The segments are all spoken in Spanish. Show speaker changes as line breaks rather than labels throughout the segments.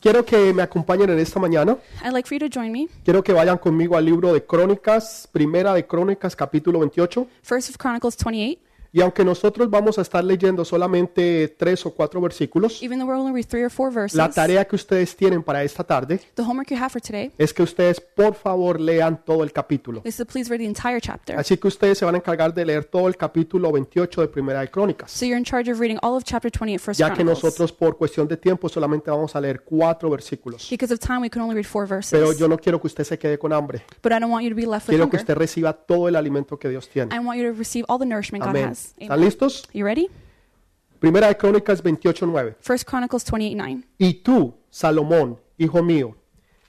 Quiero que me acompañen en esta mañana.
I'd like for you to join me.
Quiero que vayan conmigo al libro de Crónicas, primera de Crónicas, capítulo 28.
First of Chronicles 28.
Y aunque nosotros vamos a estar leyendo solamente tres o cuatro versículos,
Even though we're only read three or four verses,
la tarea que ustedes tienen para esta tarde
the homework you have for today
es que ustedes, por favor, lean todo el capítulo.
is to please read the entire chapter.
Así que ustedes se van a encargar de leer todo el capítulo 28 de Primera de Crónicas,
So you're in charge of reading all of chapter 28, First
ya que
Chronicles.
nosotros por cuestión de tiempo solamente vamos a leer cuatro versículos.
because of time, we can only read four verses.
Pero yo no quiero que usted se quede con hambre.
but I don't want you to be left with
Quiero que
hunger.
usted reciba todo el alimento que Dios tiene.
I want you to receive all the nourishment God
Amén.
has.
¿Están listos?
You ready?
Primera de Crónicas 28.9.
First Chronicles 28, 9.
Y tú, Salomón, hijo mío,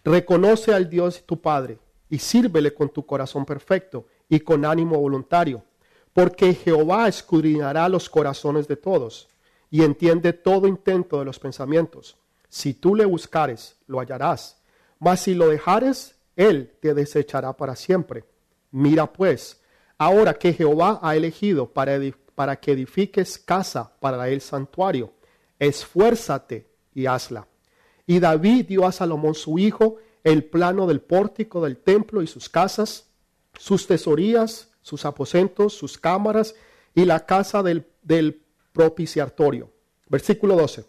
reconoce al Dios tu Padre y sírvele con tu corazón perfecto y con ánimo voluntario, porque Jehová escudriñará los corazones de todos y entiende todo intento de los pensamientos. Si tú le buscares, lo hallarás, mas si lo dejares, él te desechará para siempre. Mira pues, ahora que Jehová ha elegido para, edif- para que edifiques casa para el santuario, esfuérzate y hazla. Y David dio a Salomón su hijo el plano del pórtico del templo y sus casas, sus tesorías, sus aposentos, sus cámaras y la casa del, del propiciatorio. Versículo 12.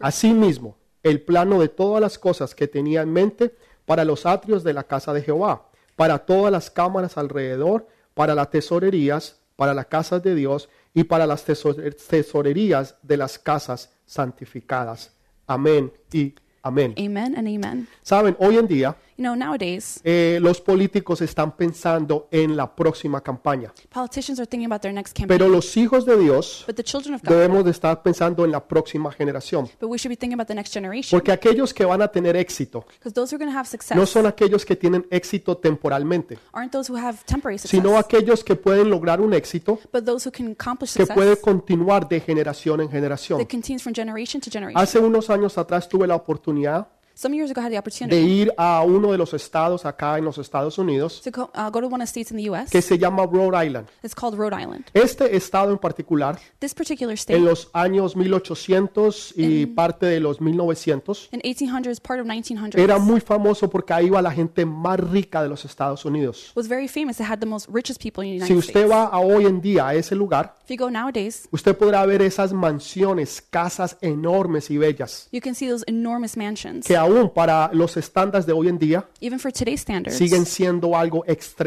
Asimismo, el plano de todas las cosas que tenía en mente para los atrios de la casa de Jehová, para todas las cámaras alrededor, para las tesorerías, para las casas de Dios y para las tesor- tesorerías de las casas santificadas. Amén y amén.
Amen and amen.
Saben, hoy en día
You know, nowadays,
eh, los políticos están pensando en la próxima campaña,
politicians are thinking about their next campaign.
pero los hijos de Dios
but the children of God,
debemos de estar pensando en la próxima generación,
but we should be thinking about the next generation.
porque aquellos que van a tener éxito
Because those who are going to have success
no son aquellos que tienen éxito temporalmente,
aren't those who have temporary success,
sino aquellos que pueden lograr un éxito
but those who can accomplish
que
success
puede continuar de generación en
that
generación.
continues from generation to generation.
Hace unos años atrás tuve la oportunidad
Some years ago, I had the opportunity
de ir a uno de los estados acá en los Estados Unidos
to go, uh, go to one of the states in the U.S.
que se llama Rhode Island.
It's called Rhode Island.
Este estado en particular
This particular state,
en los años 1800 y parte de los 1900.
in 1800s, part of 1900s,
Era muy famoso porque ahí iba la gente más rica de los Estados Unidos.
was very famous. It had the most richest people in the
Si
United
usted
States.
va a hoy en día a ese lugar,
If you go nowadays,
usted podrá ver esas mansiones, casas enormes y bellas,
you can see those enormous mansions.
que aún para los estándares de hoy en día
Even for today's standards,
siguen siendo algo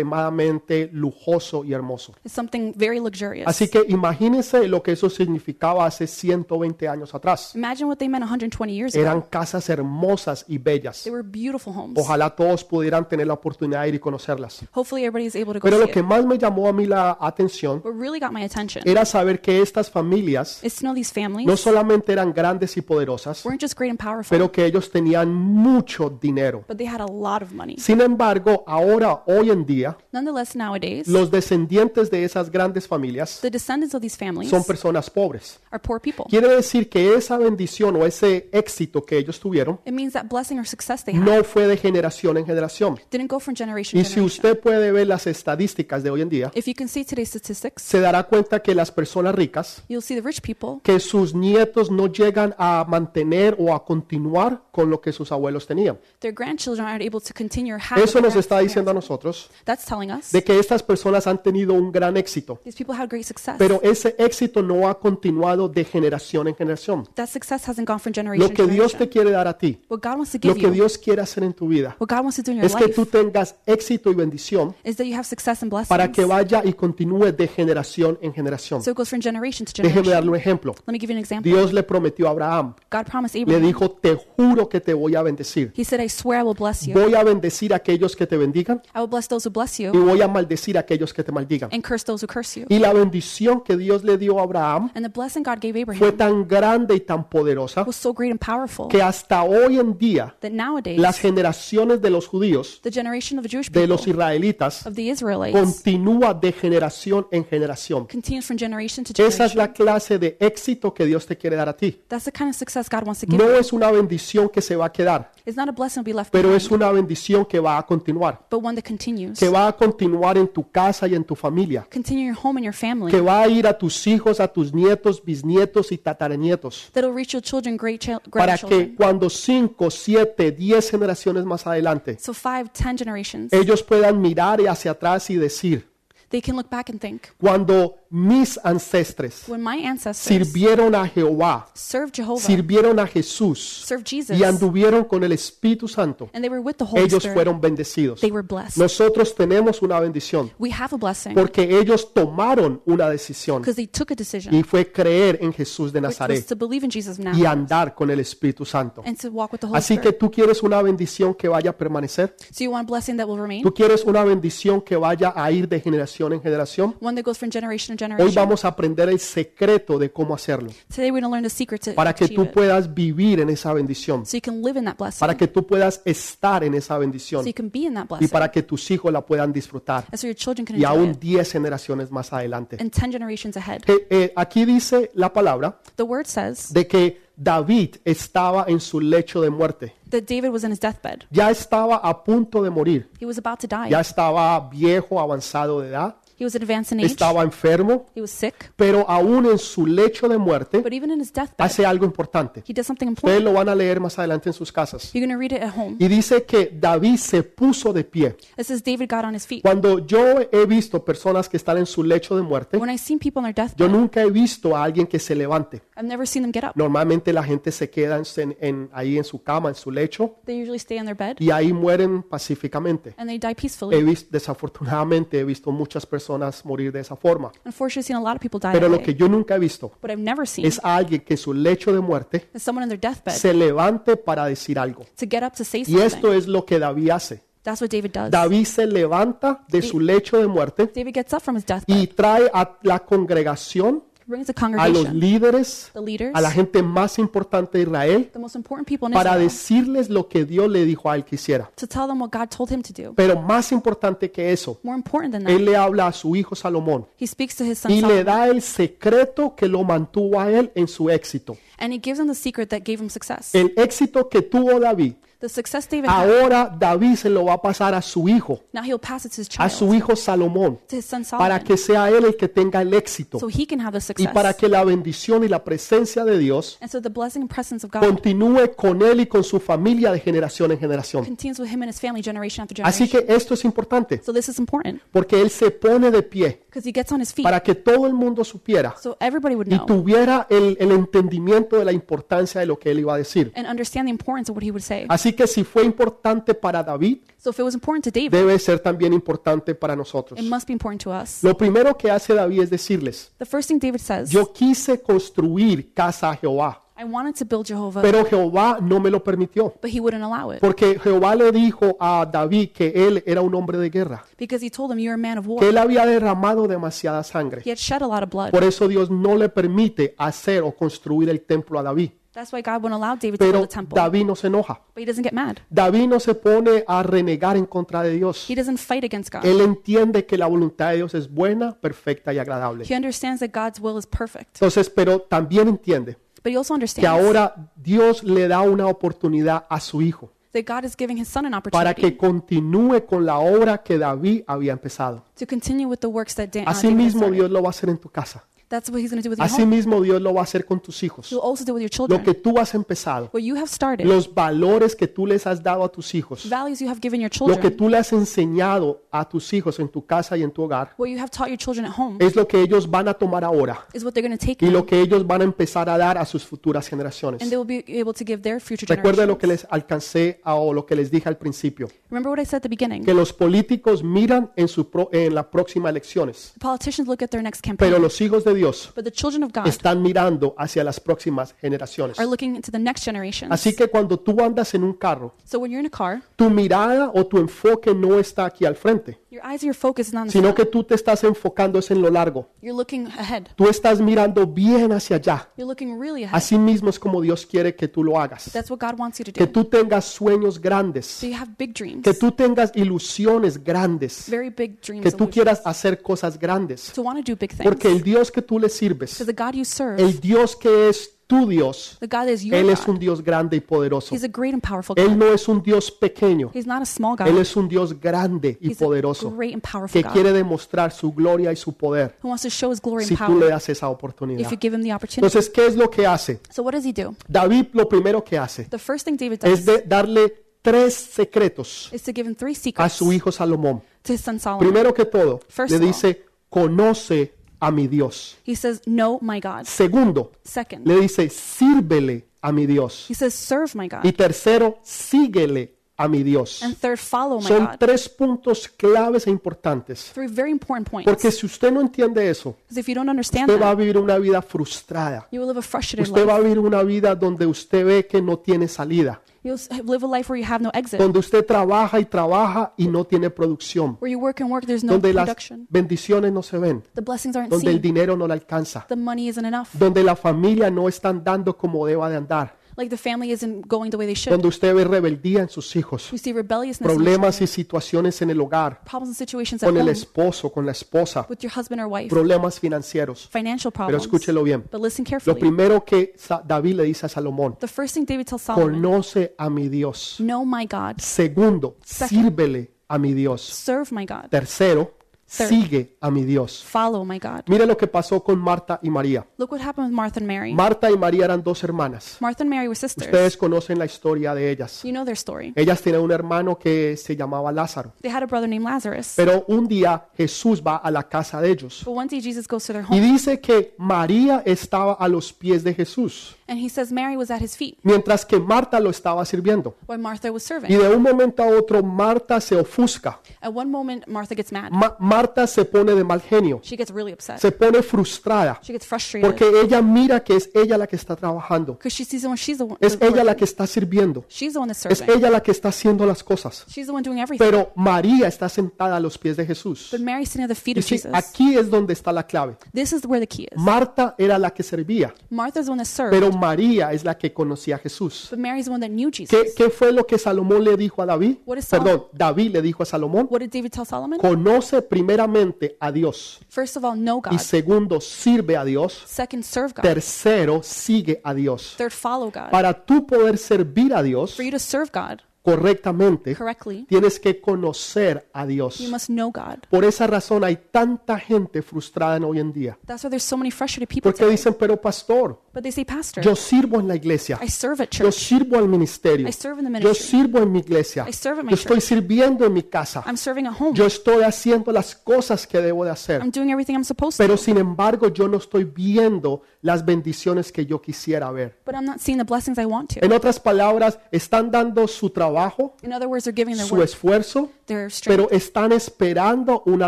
extremadamente lujoso y hermoso.
it's something very luxurious.
Así que imagínense lo que eso significaba hace 120 años atrás.
Imagine what they meant 120 years ago.
Eran casas hermosas y bellas.
They were beautiful homes.
Ojalá todos pudieran tener la oportunidad de ir y conocerlas.
Hopefully, everybody is able to go
Pero lo
see
que
it.
más me llamó a mí la atención
What really got my attention
era saber que estas familias
is to know these families
no solamente eran grandes y poderosas,
weren't just great and powerful,
pero que ellos tenían mucho dinero.
but they had a lot of money.
Sin embargo, ahora, hoy en día,
Nonetheless, nowadays,
los descendientes de esas grandes familias
the descendants of these families
son personas pobres.
are poor people.
Quiere decir que esa bendición o ese éxito que ellos tuvieron
It means that blessing or success they had
no fue de generación en generación.
didn't go from generation
Y
to
si
generation.
usted puede ver las estadísticas de hoy en día,
If you can see today's statistics,
se dará cuenta que las personas ricas
you'll see the rich people
que sus nietos no llegan a mantener o a continuar con lo que sus abuelos tenían.
their grandchildren aren't able to continue or have. what
Eso
their
nos está diciendo a
grandparents-
nosotros
That's telling us
de que estas personas han tenido un gran éxito,
these people had great success.
pero ese éxito no ha continuado de generación en generación.
that success hasn't gone from generation
Lo que
to
Dios te
generation.
quiere dar a ti,
What God wants to
lo
give
que
you,
Dios quiere hacer en tu vida,
what God wants to do in your
es que
life,
tú tengas éxito y bendición
is that you have success and
para que
blessings.
vaya y continúe de generación en generación.
So it goes from generation to
Déjeme darle
generation.
un ejemplo.
Let me give you an example.
Dios le prometió a Abraham,
God promised
le
Abraham.
dijo, te juro que te voy a bendecir.
He said, "I swear I will bless you.
Voy a bendecir a aquellos que te bendigan
I will bless those who bless
y
you,
voy a maldecir a aquellos que te maldigan.
and curse those who curse you."
Y la bendición que Dios le dio a Abraham
And the blessing God gave
fue
Abraham
tan grande y tan poderosa
was so great and powerful
que hasta hoy en día
that nowadays
las generaciones de los judíos,
the generation of the Jewish
de
people
los israelitas,
of the Israelites
continúa de generación en generación.
continues from generation to
Esa
generation.
es la clase de éxito que Dios te quiere dar a ti.
That's the kind of success God wants to give.
No
you.
es una bendición que se va a quedar,
It's not a blessing to be left
pero
behind,
es una bendición que va a continuar,
but one that continues.
que va a continuar en tu casa y en tu familia,
Continue in your home and your family.
que va a ir a tus hijos, a tus nietos, bisnietos y tataranietos,
That'll reach your children, great chil-
para que
grandchildren.
cuando 5, 7, 10 generaciones más adelante,
So five, ten generations.
ellos puedan mirar hacia atrás y decir,
They can look back and think,
cuando mis ancestres
when my ancestors
sirvieron a Jehová,
served Jehovah,
sirvieron a Jesús
served Jesus,
y anduvieron con el Espíritu Santo,
and they were with the Holy
ellos
Spirit,
fueron bendecidos.
they were blessed.
Nosotros tenemos una bendición
We have a blessing
porque ellos tomaron una decisión
because they took a decision,
y fue creer en Jesús de
which was
Nazaret
to believe in Jesus now
y andar con el Espíritu Santo.
and to walk with the Holy
Así que
Spirit.
tú quieres una bendición que vaya a permanecer,
So you want a blessing that will remain,
tú quieres una bendición que vaya a ir de generación en generación.
one that goes from generation to
Hoy
generation.
vamos a aprender el secreto de cómo hacerlo
Today we're going to learn the secret to
para que
achieve
tú
it.
puedas vivir en esa bendición,
So you can live in that blessing,
para que tú puedas estar en esa
so
bendición
you can be in that
y
blessing,
para que tus hijos la puedan disfrutar
and so your children can
y
enjoy
aún
it,
10 generaciones más adelante.
and ten generations ahead.
Eh, eh, aquí dice la palabra
The word says
de que David estaba en su lecho de muerte.
that David was in his deathbed.
Ya estaba a punto de morir.
He was about to
Ya
die.
estaba viejo, avanzado de edad.
He was advanced in age.
Estaba enfermo.
He was sick.
Pero aún en su lecho de muerte
But even in his deathbed,
hace algo importante.
he does something
Ustedes
important.
lo van a leer más adelante en sus casas.
You're going to read it at home.
Y dice que David se puso de pie.
It says David got on his feet.
Cuando yo he visto personas que están en su lecho de muerte,
When I've seen people on their
yo
deathbed,
nunca he visto a alguien que se levante.
I've never seen them get up.
Normalmente la gente se queda en- en- ahí en su cama, en su lecho,
They usually stay in their bed
y ahí mueren pacíficamente.
and they die
He
peacefully.
visto, desafortunadamente he visto muchas personas morir de esa forma.
Unfortunately, I've seen a lot of people die
Pero
that
lo
way.
que yo nunca he visto
What I've never seen
es a alguien que en su lecho de muerte
is someone in their deathbed
se levante para decir algo.
to get up to say
Y esto
something.
es lo que David hace.
That's what David does.
David se levanta de su lecho de muerte
David gets up from his
y
deathbed,
trae a la congregación,
brings the
a los
congregation,
líderes,
the leaders,
a la gente más importante de Israel,
the most important people in
para
Israel,
decirles lo que Dios le dijo a él que hiciera.
to tell them what God told him to do.
Pero más importante que eso,
More important than that,
él le habla a su hijo Salomón
he speaks to his son
y le
Solomon,
da el secreto que lo mantuvo a él en su éxito.
and he gives him the secret that gave him success.
El éxito que tuvo David,
The success David had,
Eh, ahora David se lo va a pasar a su hijo,
now he'll pass it to his
a
child,
su hijo Salomón,
to his son Solomon,
para que sea él el que tenga el éxito
so he can have the
y
success.
para que la bendición y la presencia de Dios
and so the blessing and presence of God
continúe con él y con su familia de generación en generación.
continues with him and his family generation after generation.
Así que esto es importante,
so this is important
porque él se pone de pie
because he gets on his feet
para que todo el mundo supiera
so everybody would
y
know
tuviera el, el entendimiento de la importancia de lo que él iba a decir.
and understand the importance of what he would say.
Así que si fue importante para David,
so if it was important to David,
debe ser también importante para nosotros.
it must be important to us.
Lo primero que hace David es decirles,
the first thing David says,
yo quise construir casa a Jehová,
I wanted to build Jehovah,
pero Jehová no me lo permitió,
but he wouldn't allow it
porque Jehová le dijo a David que él era un hombre de guerra,
because he told him, You're a man of war.
que él había derramado demasiada sangre.
He had shed a lot of blood.
Por eso Dios no le permite hacer o construir el templo a David.
That's why God wouldn't allow David to build
Pero
a temple.
David no se enoja.
but he doesn't get mad.
David no se pone a renegar en contra de Dios.
He doesn't fight against God.
Él entiende que la voluntad de Dios es buena, perfecta y agradable.
He understands that God's will is perfect.
Entonces, pero también entiende
But he also
que
understands
ahora Dios le da una oportunidad a su hijo
that God is giving his son an
para
opportunity
que continúe con la obra que David había empezado.
to continue with the works that Dan- uh, David has
Asimismo,
started.
Dios lo va a hacer en tu casa.
That's what he's going to do with your home.
Asimismo, Dios lo va a hacer con tus hijos.
He'll also do with your
Lo
children.
que tú has empezado,
what you have started,
los valores que tú les has dado a tus hijos,
values you have given your
lo que
children,
tú le has enseñado a tus hijos en tu casa y en tu hogar,
what you have taught your children at home,
es lo que ellos van a tomar ahora.
is what they're going to take
Eh, y
now,
lo que ellos van a empezar a dar a sus futuras generaciones.
and they will be able to give their future
Recuerda lo que les
generations.
alcancé a- o lo que les dije al principio,
Remember what I said at the beginning.
que los políticos miran en, su pro- en las próximas elecciones,
The politicians look at their next campaign,
pero los hijos de Dios
but the children of God
están mirando hacia las próximas generaciones.
are looking into the next generation.
Así que cuando tú andas en un carro,
So when you're in a car,
tu mirada o tu enfoque no está aquí al frente,
your eyes are focused on the
sino
front.
que tú te estás enfocando es en lo largo.
You're looking ahead.
Tú estás mirando bien hacia allá.
You're looking really ahead.
Así mismo es como Dios quiere que tú lo hagas.
That's what God wants you to
Que
do.
tú tengas sueños grandes.
So you have big dreams,
que tú tengas ilusiones grandes,
very big dreams.
que tú
illusions.
quieras hacer cosas grandes,
to want to do big things.
porque el Dios que tú le
Because
sirves,
the God you serve,
el Dios que es tu Dios,
The God that is your
Él es
God.
un Dios grande y poderoso.
He's a great and powerful God.
Él no es un Dios pequeño,
He's not a small God.
Él es un Dios grande y
He's a
poderoso
great and powerful
que
God
quiere demostrar su gloria y su poder
who wants to show his glory
si
and
tú le
power
das esa oportunidad.
if you give him the opportunity.
Entonces, ¿qué es lo que hace?
So what does he do?
David lo primero que hace
The first thing David
es
does
de darle tres secretos
is to give him three
a
secrets
su hijo Salomón.
to his son Solomon.
Primero que todo,
First
le
of all.
dice, conoce a mi Dios.
He says, "Know my God."
Segundo,
Second,
le dice, sírvele a mi Dios.
he says, "Serve my God."
Y tercero, síguele a mi Dios.
And third, "Follow my
Son
God."
tres puntos claves e importantes.
Three very important points.
Porque si usted no entiende eso,
Because if you don't understand
usted va a
that,
vivir una vida frustrada.
you will live a frustrated
Usted va
life.
a vivir una vida donde usted ve que no tiene salida.
You'll s- live a life where you have no exit,
Donde usted trabaja y trabaja y no tiene producción.
where you work and work, there's no
Donde las
production.
bendiciones no se ven.
The blessings aren't
Donde el
seen.
dinero no le alcanza.
The money isn't enough.
Donde la familia no están dando como deba de andar.
Like the family isn't going the way they should.
Donde usted ve rebeldía en sus hijos.
You see rebelliousness, in your-
Problemas y situaciones en el hogar.
problems and situations at
Con Pues, el
home
esposo, con la esposa.
with your husband or wife,
Problemas financieros.
financial
Pero
problems.
escúchelo bien.
But listen
Lo
carefully.
primero que Sa- David le dice a Salomón.
The first thing David tells Solomon,
Conoce a mi Dios.
know my God,
Segundo,
Second.
sírvele a mi Dios.
serve my God,
Tercero,
Third.
sigue a mi Dios.
follow my God.
Mire lo que pasó con Marta y María.
Look what happened with Martha and Mary.
Marta y María eran dos hermanas.
Martha and Mary were sisters.
Ustedes conocen la historia de ellas.
You know their story.
Ellas tienen un hermano que se llamaba Lázaro.
They had a brother named Lazarus.
Pero un día Jesús va a la casa de ellos
But one day Jesus goes to their
y
home
dice que María estaba a los pies de Jesús,
and he says Mary was at his feet
mientras que Marta lo estaba sirviendo.
while Martha was
Y
serving.
de un momento a otro Marta se ofusca,
At one moment, Martha gets mad.
Ma- Marta se pone de mal genio,
She gets really upset.
se pone frustrada,
She gets frustrated
Porque ella mira que es ella la que está trabajando.
because she sees the one she's the one.
Es
the
ella la
working.
que está sirviendo.
She's the one that's
Es
serving.
ella la que está haciendo las cosas.
She's the one doing everything.
Pero María está sentada a los pies de Jesús.
But Mary's sitting at the feet
Y
of
sí,
Jesus.
aquí es donde está la clave.
This is where the key is.
Marta era la que servía,
Martha's the one that served,
Mm-hmm. pero María es la que conocía a Jesús.
but Mary's the one that knew
¿Qué,
Jesus.
qué fue lo que Salomón le dijo a David?
What is Sal-
Perdón, David le dijo a Salomón,
What did David tell Solomon?
conoce primeramente a Dios
First of all, know
y
God.
segundo, sirve a Dios.
Second, serve God.
Tercero, sigue a Dios.
Third, follow God.
Para tú poder servir a Dios
For you to serve God
correctamente,
correctly,
Tienes que conocer a Dios.
you must know God.
Por esa razón hay tanta gente frustrada en hoy en día.
That's why there's so many frustrated people
Porque
today.
dicen, pero pastor,
But they say, Pastor,
yo sirvo en la iglesia.
I serve at
Yo
church.
sirvo al ministerio.
I serve in the
Yo
ministry.
sirvo en mi iglesia.
I serve at my
Yo estoy sirviendo en mi casa.
I'm serving at home.
Yo estoy haciendo las cosas que debo de hacer.
I'm doing everything I'm supposed
Pero
to.
sin embargo, yo no estoy viendo las bendiciones que yo quisiera ver.
But I'm not seeing the blessings I want to.
En otras palabras, están dando su trabajo,
In other words, they're giving their
su
work,
esfuerzo,
their strength.
pero están esperando una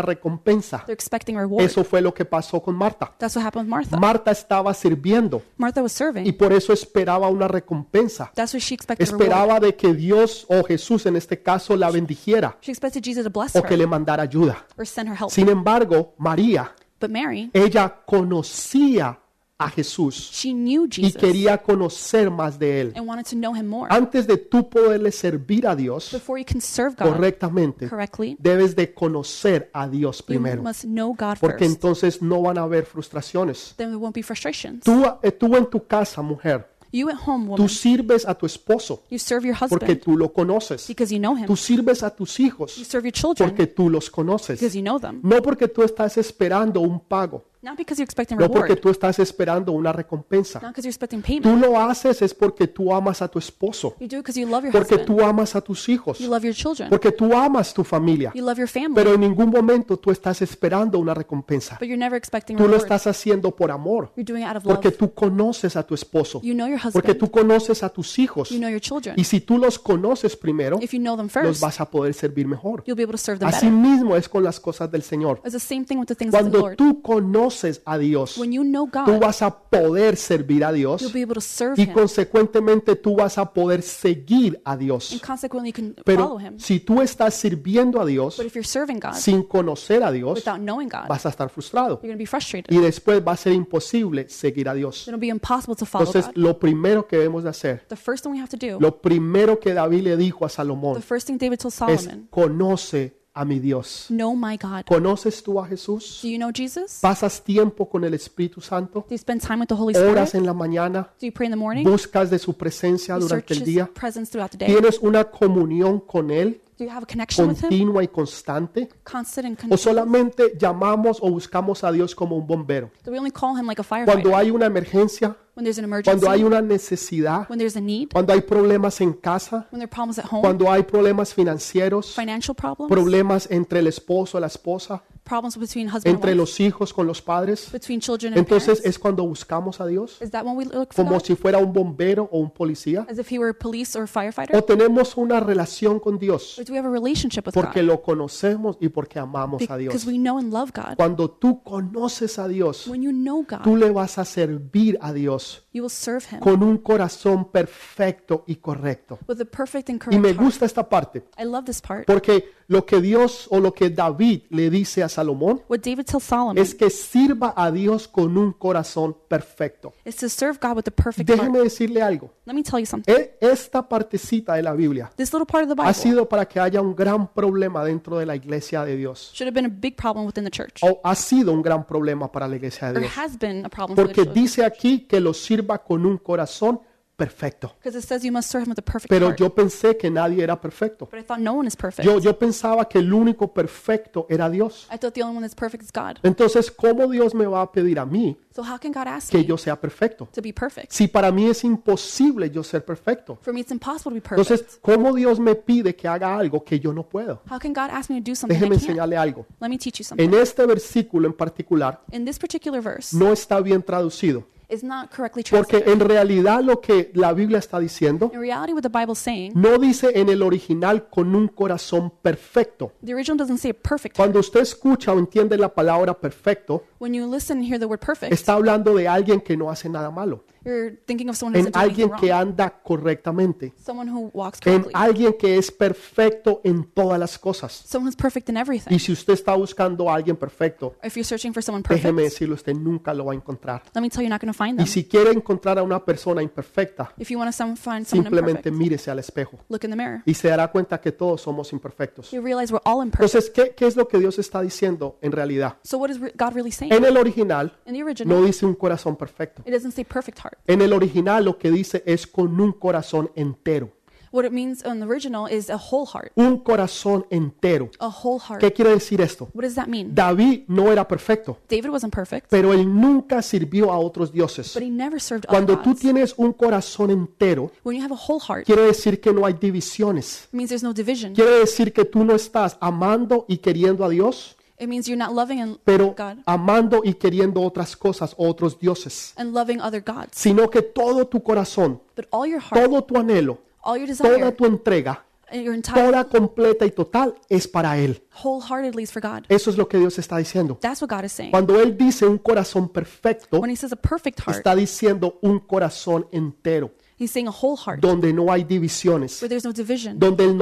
recompensa.
They're expecting reward.
Eso fue lo que pasó con Marta.
That's what happened with Martha.
Marta estaba sirviendo
Martha was
y
serving.
por eso esperaba una recompensa.
That's what she expected reward.
Esperaba de que Dios o Jesús en este caso la bendijera
She expected Jesus to bless
o que
her
le mandara ayuda.
or send her help.
Sin embargo, María,
But Mary,
ella conocía a Jesús
she knew
y
Jesus
quería conocer más de él.
and wanted to know him more.
Antes de tú poderle servir a Dios
Before you can serve God
correctamente,
correctly,
debes de conocer a Dios
you
primero,
must know God
porque
first.
entonces no van a haber frustraciones.
Then there won't be frustrations.
Tú, eh, tú en tu casa, mujer,
You at home,
Tú
woman,
sirves a tu esposo
you serve your
porque
husband
tú lo conoces.
because you know him.
Tú sirves a tus
You
hijos
serve your children
porque tú los
because
conoces.
you know them.
No porque tú estás esperando un pago,
Not because you're expecting
no porque
reward.
tú estás esperando una
Not
recompensa.
because you're expecting payment.
Tú lo haces es porque tú amas a tu esposo,
You do it because you love your
porque
husband.
tú amas a tus hijos,
You love your children.
porque tú amas tu familia.
You love your family.
Pero en ningún momento tú estás esperando una recompensa.
But you're never expecting
Tú lo
reward.
estás haciendo por amor,
You're doing it out of love.
porque tú conoces a tu esposo,
You know your
porque
husband.
tú conoces a tus hijos.
You know your children.
Y si tú los conoces primero,
If you know them
los
first,
vas a poder servir mejor.
you'll be able to serve them better.
Asimismo es con las cosas del Señor.
It's the same thing with the things of the
Cuando
Lord.
tú conoces a Dios,
When you know
tú
God,
vas a poder servir a
you'll
Dios
be able to serve
y
Him.
consecuentemente tú vas a poder seguir a Dios.
And consequently, you can follow
Pero
Him.
si tú estás sirviendo a Dios
But if you're serving God
sin conocer a Dios,
without knowing God,
vas a estar frustrado
you're going to be frustrated.
y después va a ser imposible seguir a Dios.
It'll be impossible to follow
Entonces,
God.
lo primero que debemos de hacer,
The first thing we have to do,
lo primero que David le dijo a
the
Salomón
first thing David told
es
Solomon,
conoce a mi Dios.
Know my God.
¿Conoces tú a Jesús?
Do you know Jesus?
¿Pasas tiempo con el Espíritu Santo?
Do you spend time with the Holy Spirit?
¿Oras en la mañana?
Do you pray in the morning?
¿Buscas de su presencia
Do you search
durante el
His
día?
presence throughout the day?
¿Tienes una comunión con Él
Do you have a connection with Him?
continua y constante?
Constant and
¿O
continuous?
solamente llamamos o buscamos a Dios como un bombero?
Do we only call Him like a firefighter?
Cuando hay una emergencia,
When there's an emergency?
cuando hay una necesidad,
When there's a need?
cuando hay problemas en casa,
When there are problems at home?
cuando hay problemas financieros,
Financial problems?
problemas entre el esposo, la esposa,
Problems between husband
entre
and wife?
los hijos, con los padres.
Between children and
Entonces
parents?
es cuando buscamos a Dios,
Is that when we look for
como
God?
si fuera un bombero o un policía.
As if He were a police or a firefighter?
O tenemos una relación con Dios
Or do we have a relationship with
porque
God?
lo conocemos y porque amamos a Dios.
Because we know and love God.
Cuando tú conoces a Dios,
When you know
tú
God,
le vas a servir a Dios
you will serve Him
con un corazón perfecto y correcto.
with a perfect and
Y me
correct heart.
gusta esta parte
I love this part.
porque lo que Dios o lo que David le dice a Salomón
What David tells Solomon
es que sirva a Dios con un corazón perfecto.
is to serve God with the perfect heart.
Déjeme decirle algo.
Let me tell you something.
E- Esta partecita de la Biblia
This little part of the
ha
Bible
sido para que haya un gran problema dentro de la iglesia de Dios.
should have been a big problem within the church,
o ha sido un gran problema para la iglesia de
or
Dios.
has been a problem for the
Porque
church,
dice aquí que lo sirva con un corazón perfecto.
because it says you must serve Him with a perfect
Pero
heart.
yo pensé que nadie era perfecto.
But I thought no one is perfect.
Yo, yo pensaba que el único perfecto era Dios.
I thought the only one that's perfect is God.
Entonces, ¿cómo Dios me va a pedir a mí
So how can God ask
que
me
yo sea perfecto?
to be perfect?
Si para mí es imposible yo ser perfecto.
For me, it's impossible to be perfect.
Entonces, ¿cómo Dios me pide que haga algo que yo no puedo?
How can God ask me to do something
Déjeme
I can't?
enseñarle algo.
Let me teach you something.
En este versículo en particular
In this particular verse,
no está bien traducido.
it's not correctly
Porque
translated.
en realidad lo que la Biblia está diciendo
In reality, what the Bible's saying,
no dice en el original con un corazón perfecto.
the original doesn't say perfect. heart.
Cuando usted escucha o entiende la palabra perfecto,
When you listen and hear the word perfect,
está hablando de alguien que no hace nada malo,
you're thinking of someone who
en
doesn't do anything
alguien que
wrong.
anda correctamente,
Someone who walks
en
correctly.
alguien que es perfecto en todas las cosas.
Someone who's perfect in everything.
Y si usted está buscando a alguien perfecto,
If you're searching for someone perfect,
déjeme decirle, usted nunca lo va a encontrar.
let me tell you, you're not going to find
Y
them.
si quiere encontrar a una persona imperfecta,
If you want to some, find someone
simplemente
imperfect,
mírese al espejo
look in the mirror.
y se dará cuenta que todos somos imperfectos.
You realize we're all imperfect.
Entonces, ¿qué, qué es lo que Dios está diciendo en realidad?
So what is re- God really saying?
En el original
In the original,
no dice un corazón perfecto.
it doesn't say perfect heart.
En el original lo que dice es con un corazón entero.
What it means in the original is a whole heart.
Un corazón entero.
A whole heart.
¿Qué quiere decir esto?
What does that mean?
David no era perfecto,
David wasn't perfect,
pero él nunca sirvió a otros dioses.
but he never served other
Cuando tú
gods.
tienes un corazón entero,
When you have a whole heart, it
quiere decir que no hay divisiones.
means there's no division.
Quiere decir que tú no estás amando y queriendo a Dios,
It means you're not loving and
pero
God
amando y queriendo otras cosas, otros dioses.
and loving other gods.
sino que todo tu corazón,
But all your heart,
todo tu anhelo,
all your
toda
desire,
tu entrega,
and your entire
toda completa y total es para Él.
wholeheartedly is for God.
Eso es lo que Dios está diciendo.
That's what God is saying.
Cuando Él dice un corazón perfecto,
When he says a perfect heart,
está diciendo un corazón entero,
he's saying a whole heart
donde no hay divisiones,
where there's no division,
donde el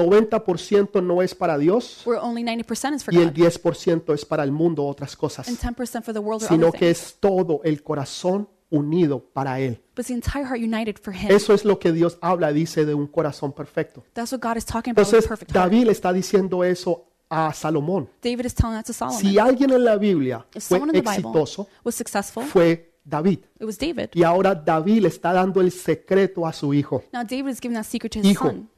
90% no es para Dios
where only 90% is for
y el
God
10% es para el mundo o otras cosas,
and 10% for the world or
sino
other
que
things.
es todo el corazón unido para Él.
But it's the entire heart united for him.
Eso es lo que Dios habla, dice, de un corazón perfecto.
That's what God is talking about with
Entonces,
perfect heart.
David le está diciendo eso a Salomón.
David is telling that to
Si
Solomon.
alguien en la Biblia
Oh, If
fue
someone in the Bible
exitoso,
was successful,
fue David.
it was David.
Y ahora David le está dando el secreto a su hijo.
Now David is giving that secret to his
Hijo.
son.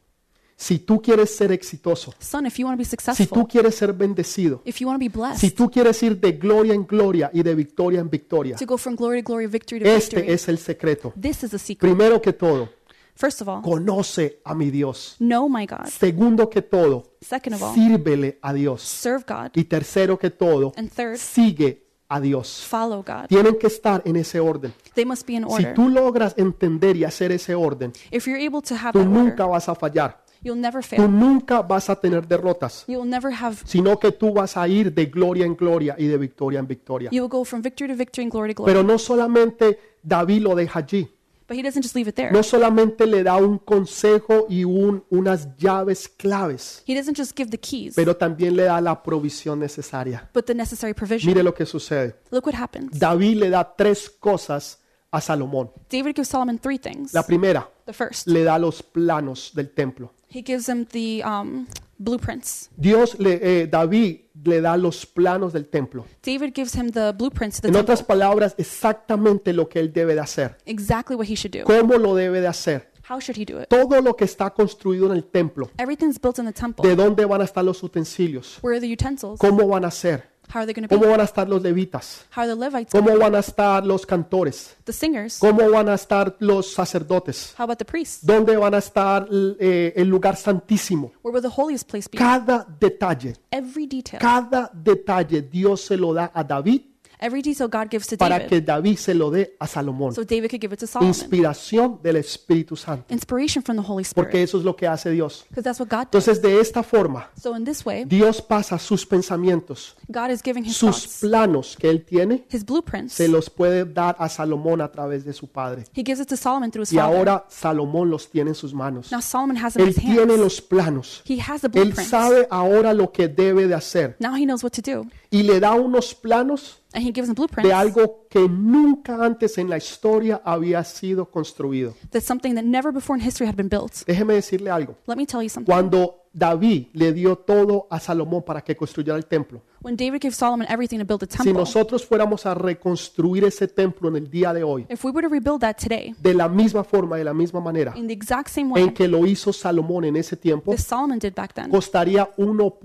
Si tú quieres ser exitoso,
Son, if you want to be
si tú
successful,
quieres ser bendecido,
if you want to be
si
blessed,
tú quieres ir de gloria en gloria y de victoria en victoria,
to go from glory to glory, victory to
este
victory,
es el secreto.
this is the secret.
Primero que todo,
First of all,
conoce a mi Dios.
know my God.
Segundo que todo,
Second of all,
sírvele a Dios.
serve God.
Y tercero que todo,
And third,
sigue a Dios.
follow God.
tienen que estar en ese orden.
They must be in
Si
order.
tú logras entender y hacer ese orden,
If you're able to have
tú
that order,
nunca vas a fallar,
you'll never
tú
fail.
nunca vas a tener derrotas,
You'll never have.
sino que tú vas a ir de gloria en gloria y de victoria en victoria.
You will go from victory to victory and glory to glory.
Pero no solamente David lo deja allí,
But he doesn't just leave it there.
no solamente le da un consejo y un- unas llaves claves,
He doesn't just give the keys,
pero también le da la provisión necesaria.
but the necessary provision.
Mire lo que sucede.
Look what happens.
David le da tres cosas a Salomón.
David gives Solomon three things.
La primera,
The first,
le da los planos del templo.
he gives him the um, blueprints.
Dios le, eh, David le da los planos del templo.
David gives him the blueprints to the
En
temple.
otras palabras, exactamente lo que él debe de hacer.
Exactly what he should do.
¿Cómo lo debe de hacer?
How should he do it?
Todo lo que está construido en el templo.
Everything's built in the temple.
¿De dónde van a estar los utensilios?
Where are the utensils?
¿Cómo van a ser?
How are they going to be?
¿Cómo van a estar los levitas?
How are the Levites?
¿Cómo van a estar los cantores?
The singers?
¿Cómo van a estar los sacerdotes?
How about the priests?
¿Dónde van a estar eh, el lugar santísimo?
Where will the holiest place be?
Cada detalle,
Every detail.
cada detalle Dios se lo da a David
Every detail God gives to
para
David.
que David se lo dé a Salomón.
So David could give it to Solomon.
Inspiración del Espíritu Santo,
Inspiration from the Holy Spirit.
porque eso es lo que hace Dios.
Because that's what God does.
Entonces, de esta forma,
So in this way,
Dios pasa sus pensamientos,
God is giving his
sus
thoughts,
planos que él tiene,
his blueprints.
se los puede dar a Salomón a través de su padre.
He gives it to Solomon through his
Y
father.
ahora Salomón los tiene en sus manos.
Now Solomon has them in
Él
his
tiene
hands.
los planos.
He has the
Él
blueprints.
sabe ahora lo que debe de hacer
Now he knows what to do.
y le da unos planos
And he gives him blueprints.
de algo que nunca antes en la historia había sido construido.
That's something that never before in history had been built.
Déjeme decirle algo.
Let me tell you something.
Cuando David le dio todo a Salomón para que construyera el templo,
When David gave Solomon everything to build a
si
temple,
nosotros fuéramos a reconstruir ese templo en el día de hoy,
if we were to rebuild that today,
de la misma forma, de la misma manera
in the exact same
en
way
que lo hizo Salomón en ese tiempo,
that Solomon did back then,
costaría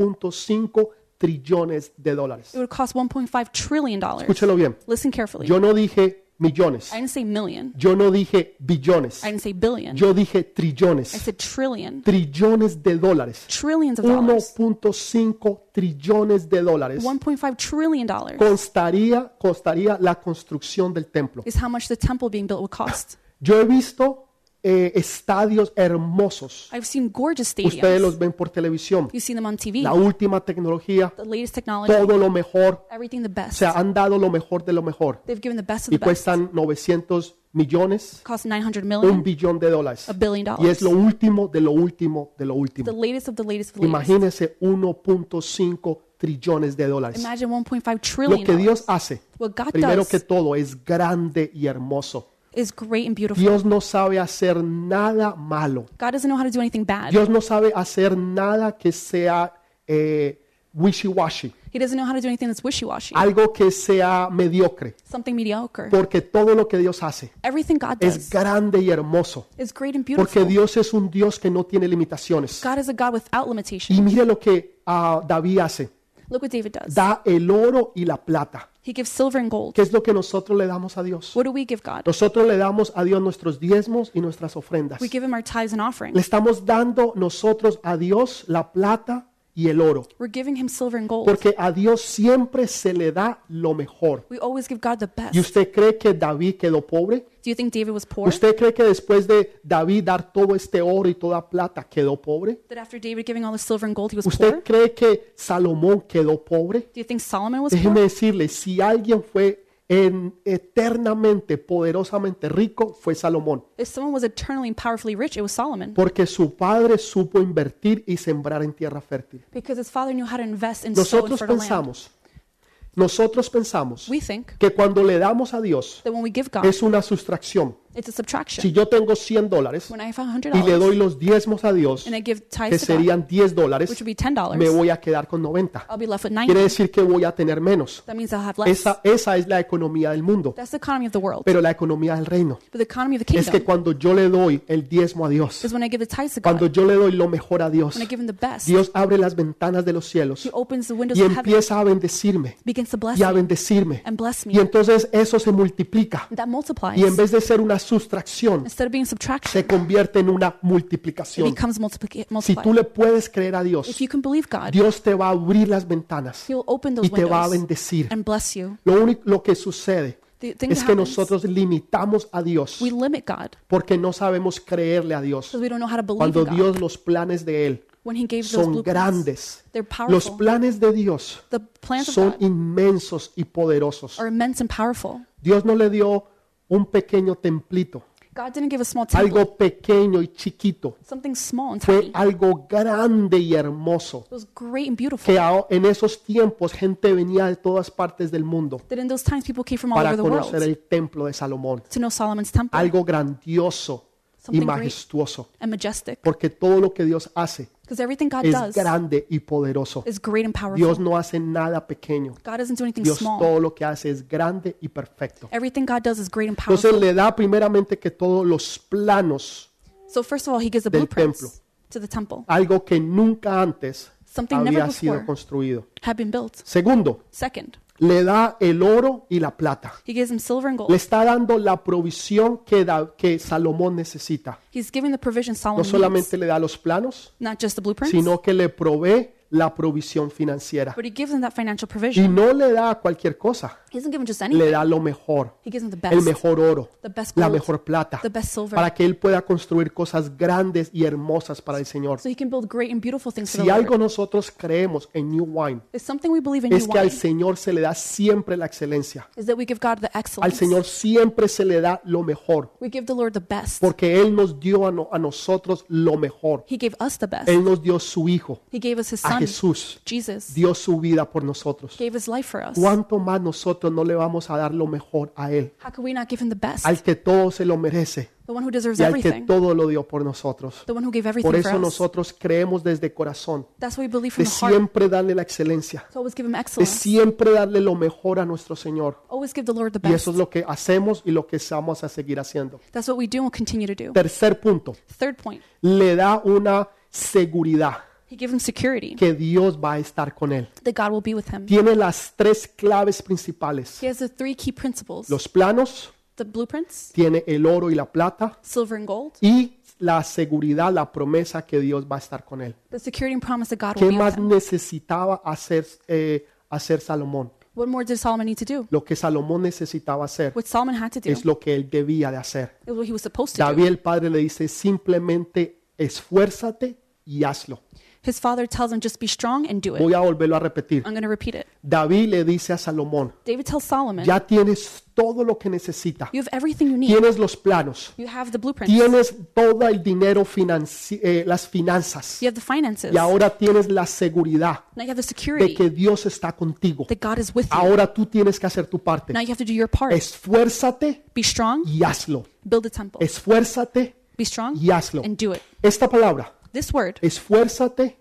1.5 trillones de dólares.
it would cost $1.5 trillion. dollars.
Escúchelo bien.
Listen carefully.
Yo no dije millones.
I didn't say million.
Yo no dije billones.
I didn't say billion.
Yo dije
I
trillones.
said trillion.
Trillones de dólares.
Trillions of dollars.
1.5 trillones de dólares
$1.5 trillion dollars
constaría, costaría la construcción del templo.
is how much the temple being built would cost.
Yo he visto eh, estadios hermosos.
I've seen gorgeous
Ustedes
stadiums.
los ven por televisión.
You've seen them on TV.
La última tecnología,
The latest technology,
todo lo mejor.
everything the
O
best.
sea, han dado lo mejor de lo mejor.
They've given the best of
Y
the best.
cuestan 900 millones,
Cost 900
un
million,
billón de dólares.
a billion dollars.
Y es lo último de lo último de lo último.
the latest of the latest of the latest.
Imagínense 1.5 trillones de dólares.
Imagine 1.5
Lo
trillion.
que
dollars.
Dios hace,
What God
primero
does
que todo, es grande y hermoso.
is great and beautiful.
Dios no sabe hacer nada malo.
God doesn't know how to do anything bad.
Dios no sabe hacer nada que sea eh, wishy-washy,
He doesn't know how to do anything that's wishy-washy,
algo que sea mediocre,
something mediocre.
porque todo lo que Dios hace
Everything God
es
does
grande y hermoso,
is great and
porque
beautiful.
Dios es un Dios que no tiene limitaciones.
God is a God without limitation.
Y mire lo que ah, David hace,
Look what David does.
da el oro y la plata.
He gives silver and gold.
¿Qué es lo que nosotros le damos a Dios?
What do we give God?
Nosotros le damos a Dios nuestros diezmos y nuestras ofrendas.
We give him our tithes and
Le
offerings.
estamos dando nosotros a Dios la plata y el oro,
We're giving him silver and gold.
porque a Dios siempre se le da lo mejor.
We always give God the best.
¿Y usted cree que David quedó pobre?
Do you think David was poor?
¿Usted cree que después de David dar todo este oro y toda plata quedó pobre?
That after David giving all the silver and gold, he was poor?
¿Usted cree que Salomón quedó pobre?
Do you think Solomon was
Déjeme
poor?
decirle, si alguien fue en- eternamente, poderosamente rico, fue Salomón.
If someone was eternally and powerfully rich, it was Solomon.
porque su padre supo invertir y sembrar en tierra fértil.
Because his father knew how to invest in soil and
Nosotros
fertile land.
pensamos, nosotros pensamos
We think
que cuando le damos a Dios
that when we give God,
es una sustracción.
it's a subtraction.
Si yo tengo 100 dólares
When I have $100
y le doy los diezmos a Dios,
and I give
que
tithes to God,
serían 10
which
dólares,
would be
me
$10,
voy a quedar con 90.
I'll be left with
Quiere
90
decir que voy a tener menos.
That means I'll have less.
Esa, esa es la economía del mundo,
That's the economy of the world.
pero la economía del reino.
But the economy of the
Es que
kingdom
cuando yo le doy el diezmo a Dios,
is when I give the tithes to God,
cuando
when
yo le doy lo mejor a Dios,
I give him the best. He
Dios abre las ventanas de los cielos
opens the windows
y
of heaven,
empieza a bendecirme
begins to bless
y a
me
bendecirme.
and bless
Y
me.
entonces eso se multiplica
That
y en
multiplies.
vez de ser una sustracción,
Instead of being
se
subtraction,
convierte en una
it
multiplicación.
becomes multiplica-
Si tú
multiplied.
le puedes creer a
If
Dios,
you can believe God,
Dios te va a abrir las ventanas
He'll open
y
those
te va a
windows
bendecir.
and bless you.
Lo único lo que sucede
The thing that
es que
happens,
nosotros limitamos a Dios
we limit God
porque no sabemos creerle a Dios.
because we don't know how to believe
Cuando
in God.
Dios los planes de él
When He gave those
son
blueprints,
grandes,
they're
los
powerful.
planes de Dios
The plans of
son
God
inmensos y poderosos.
are immense and powerful.
Dios no le dio un pequeño templito,
God didn't give a small temple,
algo pequeño y chiquito.
something small and
Fue
tiny. It
algo grande y hermoso.
was great and beautiful.
Que a- en esos tiempos gente venía de todas partes del mundo
That in those times people came from all
para
over the
conocer
world
el templo de Salomón.
to know Solomon's temple
Algo grandioso y
Something great.
majestuoso.
and majestic.
Porque todo lo que Dios hace
Because Because everything God
es
does
grande y poderoso.
is great and powerful.
Dios no hace nada pequeño.
God doesn't do anything
Dios
small.
todo lo que hace es grande y perfecto.
Everything God does is great and powerful.
Entonces le da primeramente que todos los planos,
so first of all, he gives the
del
blueprints
templo.
to the temple.
algo que nunca antes
Something never
había sido
before
construido.
had been built.
Segundo,
Second,
le da el oro y la plata.
he gives him silver and gold.
Le está dando la provisión que, da- que Salomón necesita.
He's giving the provision
No
Solomon needs.
solamente le da los planos,
Not just the blueprints,
sino que le provee la provisión financiera.
but he gives him that financial
Y
provision.
no le da cualquier cosa,
He doesn't give him just
le
anything.
da lo mejor,
He gives him the
el
best,
mejor oro,
the best
la
gold,
mejor plata,
the best silver,
para que él pueda construir cosas grandes y hermosas para el Señor.
so he can build great and beautiful things for
Si
the Lord.
algo nosotros creemos en New Wine,
It's something we believe in
es
you
que al
want,
Señor se le da siempre la excelencia.
is that we give God the
Al
excellence.
Señor siempre se le da lo mejor.
We give the Lord the best.
Porque Él nos dio a, no- a nosotros lo mejor.
He gave us the best.
Él nos dio su Hijo,
He gave us his
a
son,
Jesús.
Jesus.
Dio su vida por nosotros.
Gave his life for us.
¿Cuánto más nosotros no le vamos a dar lo mejor a Él?
How could we not give him the best?
Al que todo se lo merece
The one who deserves
y al que
everything.
todo lo dio por nosotros.
The one who gave
Por
everything
eso
for us.
nosotros creemos desde corazón
That's what we believe from
de
the heart.
siempre darle la excelencia,
So always give him
de
excellence.
siempre darle lo mejor a nuestro Señor.
Always give the Lord the
Y
best.
eso es lo que hacemos y lo que vamos a seguir haciendo.
That's what we do and we'll continue to do.
Tercer punto,
Third point,
le da una seguridad
he gives him security
que Dios va a estar con él.
that God will be with him.
Tiene las tres claves principales.
He has the three key principles
Los planos,
the blueprints,
tiene el oro y la plata
silver and gold,
y la seguridad, la promesa que Dios va a estar con él.
the security and promise that God
¿Qué
will be with
más
him.
necesitaba hacer, eh, hacer Salomón?
What more did Solomon need to do?
Lo que Salomón necesitaba hacer
What Solomon had to do
es lo que él debía de hacer.
is what he was supposed to
David
do.
el padre le dice simplemente esfuérzate y hazlo.
His father tells him, just be strong and do it.
Voy a volverlo a repetir.
I'm going to repeat it.
David le dice a Salomón,
David tells Solomon,
ya tienes todo lo que necesitas.
you have everything you need.
Tienes los planos.
You have the blueprints. You
Tienes todo el dinero, financi- eh, las finanzas.
have the finances.
Y
Now
ahora tienes la seguridad
you have the
de
security
que Dios está contigo.
that God is with you.
Ahora tú tienes que hacer tu parte.
Now you have to do your part.
Esfuérzate
Be strong,
y hazlo.
build a temple.
Esfuérzate
Be strong
y hazlo.
and do it.
Esta palabra,
This word,
esfuérzate,